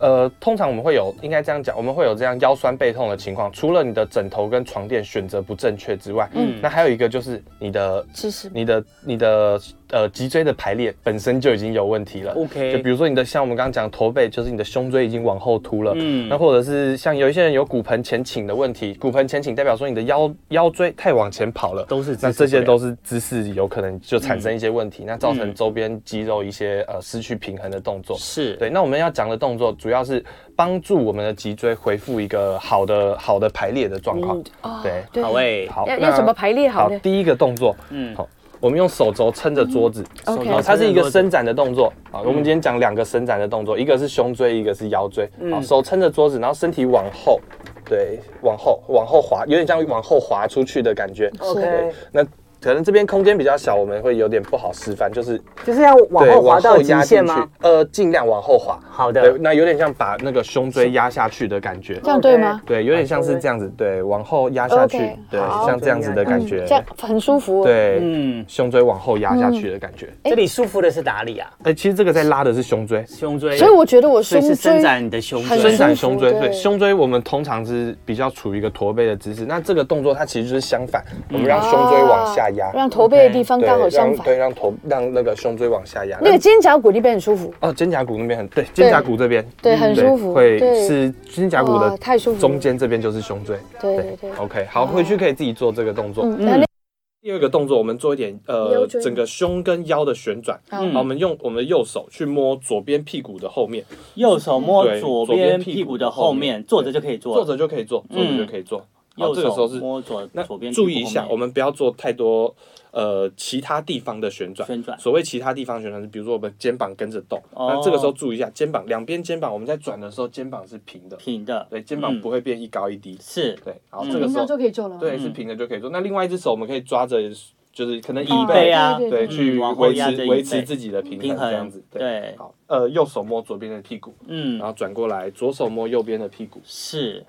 S4: 呃，通常我们会有，应该这样讲，我们会有这样腰酸背痛的情况。除了你的枕头跟床垫选择不正确之外，嗯，那还有一个就是你的
S2: 其实
S4: 你的你的呃脊椎的排列本身就已经有问题了。
S3: OK
S4: 就比如说你的像我们刚刚讲驼背，就是你的胸椎已经往后凸了。
S3: 嗯
S4: 嗯，那或者是像有一些人有骨盆前倾的问题，骨盆前倾代表说你的腰腰椎太往前跑了，
S3: 都是姿势
S4: 那这
S3: 不
S4: 些
S3: 良
S4: 都是姿势有可能就产生一些问
S2: 嗯
S4: 题，那造成周边肌肉一些呃失去平衡的动作。
S3: 是
S4: 对，那我们要讲的动作主要是帮助我们的脊椎恢复一个好的好的排列的状况。对，
S2: 哦对
S3: 好诶、
S4: 好，
S2: 嗯要
S4: 那
S2: 要怎么排列好呢
S4: 第一个动作，
S3: 嗯
S4: 嗯，好，我们用手肘撑着桌子。
S2: 嗯，OK 嗯
S4: 好它是一个伸展的动作好，我们今天讲两个伸展的动作，一个是胸椎，一个是腰椎。
S2: 嗯
S4: 好，手撑着桌子，然后身体往后，对，往后往后滑，有点像往后滑出去的感觉。
S3: 哎
S2: 是
S4: 对，那可能这边空间比较小，我们会有点不好示范，就是
S3: 就是要往
S4: 对
S3: 后滑
S4: 往
S3: 到
S4: 后
S3: 极
S4: 压
S3: 限
S4: 进去
S3: 吗？，
S4: 呃，尽量往后滑。
S3: 好
S4: 对
S3: 的，，
S4: 那有点像把那个胸椎压下去的感觉
S2: 这。样哦对吗？
S4: 对，有点像是这样子，对，往后压下去
S2: OK，
S4: 对，
S3: 好
S4: 像这样子的感觉
S2: 嗯，这样很舒服。，
S4: 对，
S3: 嗯，
S4: 胸椎往后压下去的感
S2: 嗯
S4: 觉。
S3: 这里舒服的是哪里啊？
S4: 哎、其实这个在拉的是胸椎，
S3: 胸椎，
S2: 所以我觉得我
S3: 所
S2: 胸
S3: 以是伸
S2: 椎
S3: 展你的胸
S2: 很
S3: 椎
S4: 伸
S2: 舒。
S4: 展
S2: 服
S4: 胸椎。
S2: 对
S4: 对，胸椎我们通常是比较处于一个驼背的姿势，那这个动作它其实就是相反，我们让胸椎往下压
S2: 啊，哦让驼背的地方
S4: 对
S2: 刚好相
S4: 让
S2: 反
S4: 对，。让头让那个胸椎往下压。
S2: 那个肩胛骨那边很舒服，
S4: 哦，肩胛骨那边很对，肩胛骨这边
S2: 对，很舒服，
S4: 会
S2: 对
S4: 是肩胛骨
S2: 哇
S4: 的
S2: 太舒服了
S4: 中间这边就是胸椎。
S2: 对对对。
S4: OK，好，回去可以自己做这个动作。
S2: 嗯，那另
S4: 第二个动作，我们做一点
S2: 腰
S4: 呃，
S2: 椎
S4: 整个胸跟腰的旋转。
S2: 嗯
S4: 好，我们用我们的右手去摸左边屁股的后面，
S3: 右手摸
S4: 对
S3: 左
S4: 左边
S3: 边
S4: 屁
S3: 屁
S4: 股
S3: 股
S4: 的
S3: 的
S4: 后
S3: 后
S4: 面
S3: 面，坐着就可以坐。
S4: 坐着就可以做，坐着就可以做。好，
S3: 右
S4: 嗯哦这个时
S3: 手
S4: 候是
S3: 摸左
S4: 那
S3: 左边。
S4: 注意一下，我们不要做太多呃其他地方的旋转。
S3: 旋转
S4: 所谓其他地方旋转是，比如说我们肩膀跟着动，
S3: 哦
S4: 那这个时候注意一下肩膀，两边肩膀我们在转的时候肩膀是平的，
S3: 平的，
S4: 对，肩膀
S3: 嗯
S4: 不会变一高一低。
S3: 是
S4: 对，好，
S3: 嗯
S4: 这个时
S2: 那
S4: 候
S2: 就可以做了吗。哦
S4: 对是平的就可以做。那另外一只手我们可以抓着，就是可能
S3: 椅
S4: 椅
S3: 背
S4: 背
S3: 啊，
S2: 对
S4: 对，
S3: 嗯
S4: 去
S3: 往后
S4: 维
S3: 压着
S4: 持
S3: 椅
S4: 维
S3: 背
S4: 持自己的平衡
S3: 平衡
S4: 这样子。
S3: 对
S4: 好，呃，右手摸左边的屁股，然
S3: 嗯，
S4: 后转过来，左手摸右边的屁股，
S3: 是，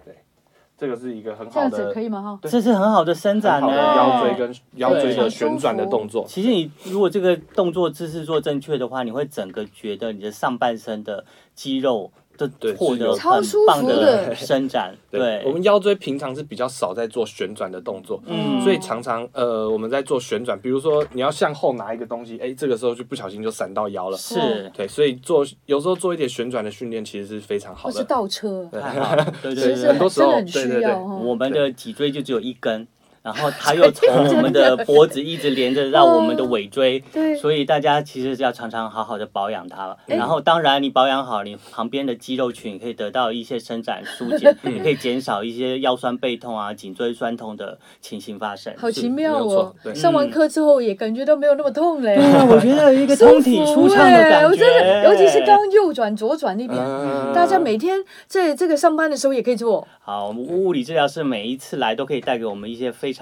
S4: 这个是一个很
S2: 这
S4: 好
S2: 样子
S4: 的
S2: 可以吗？哈，
S3: 这是很好的伸
S4: 很
S3: 展
S4: 好的
S3: 呢
S4: 腰椎跟腰椎
S3: 啊对
S4: 的旋转的动作。
S3: 其实你如果这个动作姿势做正确的话，你会整个觉得你的上半身的肌肉都
S4: 对
S3: 获
S4: 是有
S3: 得
S2: 超
S3: 很
S2: 舒服
S3: 棒
S2: 的
S3: 伸展。对，
S4: 我们腰椎平常是比较少在做旋转的动作，
S3: 嗯
S4: 所以常常呃我们在做旋转，比如说你要向后拿一个东西，哎，这个时候就不小心就闪到腰了。
S3: 是
S4: 对，所以做有时候做一点旋转的训练其实是非常好
S2: 或是
S4: 的。
S2: 倒车，
S3: 太好
S4: [laughs]
S3: 了，对
S2: 其
S3: 对
S2: 实
S3: 对
S4: 很多
S3: 对，
S4: 时候
S2: 真的很需
S4: 对对对
S2: 要哦。
S3: 我们的脊椎就只有一根。然后它又从我们的脖子一直连 [laughs] 着到我们的尾椎，
S2: 对，
S3: 所以大家其实是要常常好好的保养它了。然后，当然你保养好，你旁边的肌肉群可以得到一些伸展疏 [laughs] 解，也可以减少一些腰酸背痛啊、颈椎酸痛的情形发生。
S2: 好奇妙
S4: 没有错
S2: 哦！
S4: 对嗯
S2: 上完课之后也感觉到没有那么痛嘞，
S3: 对啊，
S2: [laughs]
S3: 我觉得有一个通体舒畅的感
S2: 对
S3: 觉，
S2: 欸我真
S3: [laughs]
S2: 的，尤其是刚右转、左转那边，
S4: 哎嗯
S2: 大家每天在这个上班的时候也可以做。
S3: 好，我们物理治疗师每一次来都可以带给我们一些非常。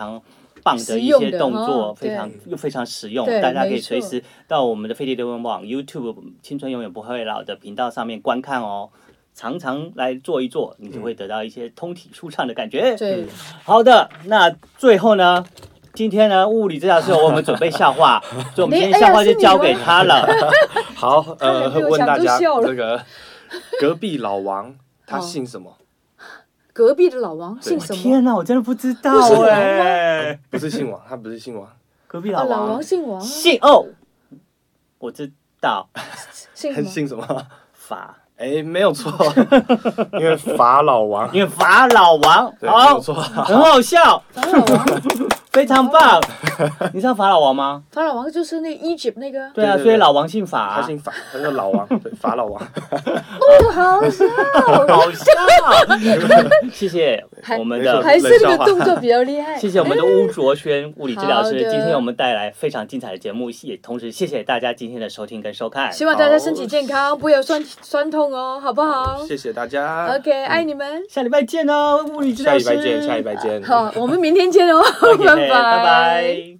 S3: 棒的
S2: 实
S3: 一
S2: 用
S3: 些
S2: 的
S3: 动
S2: 哦
S3: 作，非
S2: 对
S3: 常又非常实用，
S2: 对
S3: 大家可
S2: 没
S3: 以
S2: 错
S3: 随时到我们的飞碟流文网 YouTube“ 青春永远不会老”的频道上面观看哦。常常来做一做，你就会得到一些通体舒畅的感觉。
S2: 对，
S4: 嗯
S3: 好的，那最后呢？今天呢，物理治疗师为我们准备笑
S2: [laughs]
S3: 话，所以我们今天笑话就交给他了。
S2: 哎
S4: 好，呃
S2: 刚才没，有
S4: 问
S2: 讲
S4: 大
S2: 就
S4: 家
S2: 笑了哦 [laughs]
S4: 这个隔壁老王他姓什么？
S2: 隔壁的老王姓什么？
S3: 天哪，我真的不知道哎、
S4: 不是姓王，他不是姓
S2: [laughs]
S4: 王，
S3: 隔壁
S2: 啊，
S3: 老
S2: 老
S3: 王
S2: 王姓王，
S3: 姓哦，我知道
S2: 姓什
S4: 他
S2: 么？
S4: 姓什么？
S3: 法，
S4: 哎，
S2: [laughs]
S4: 没有错，因为法老王，
S3: 因为法老王
S4: 对，没
S3: 好
S4: 有，错。
S3: 很好笑，
S2: 法老王，
S3: 非常
S4: [laughs]
S3: 棒。你知道法老王吗？
S2: 法老王就是那 Egypt 那个，
S3: 对啊，
S4: 对对
S3: 所以老王姓法
S4: 他
S3: 啊，
S4: 姓法，他叫老王，对，法老王。
S2: 不好笑，
S3: 好笑。谢谢
S2: 还
S3: 我们
S4: 没
S3: 的
S4: 错
S2: [laughs] 还是那个动作比较厉害。
S3: 谢谢我们的巫卓轩物理治疗师，
S2: 好的
S3: 今天我们带来非常精彩的节目，也同时谢谢大家今天的收听跟收看。
S2: 希望大家身体健康，不要酸酸痛哦，好不好
S4: 谢谢大家。
S2: ？OK，爱你们，
S3: 下礼拜见哦，物理治
S4: 下
S3: 疗
S4: 礼
S3: 师。
S4: 拜见，下礼拜见。
S2: 好，我们明天见哦 [laughs]
S3: OK，，
S2: 拜
S3: 拜拜。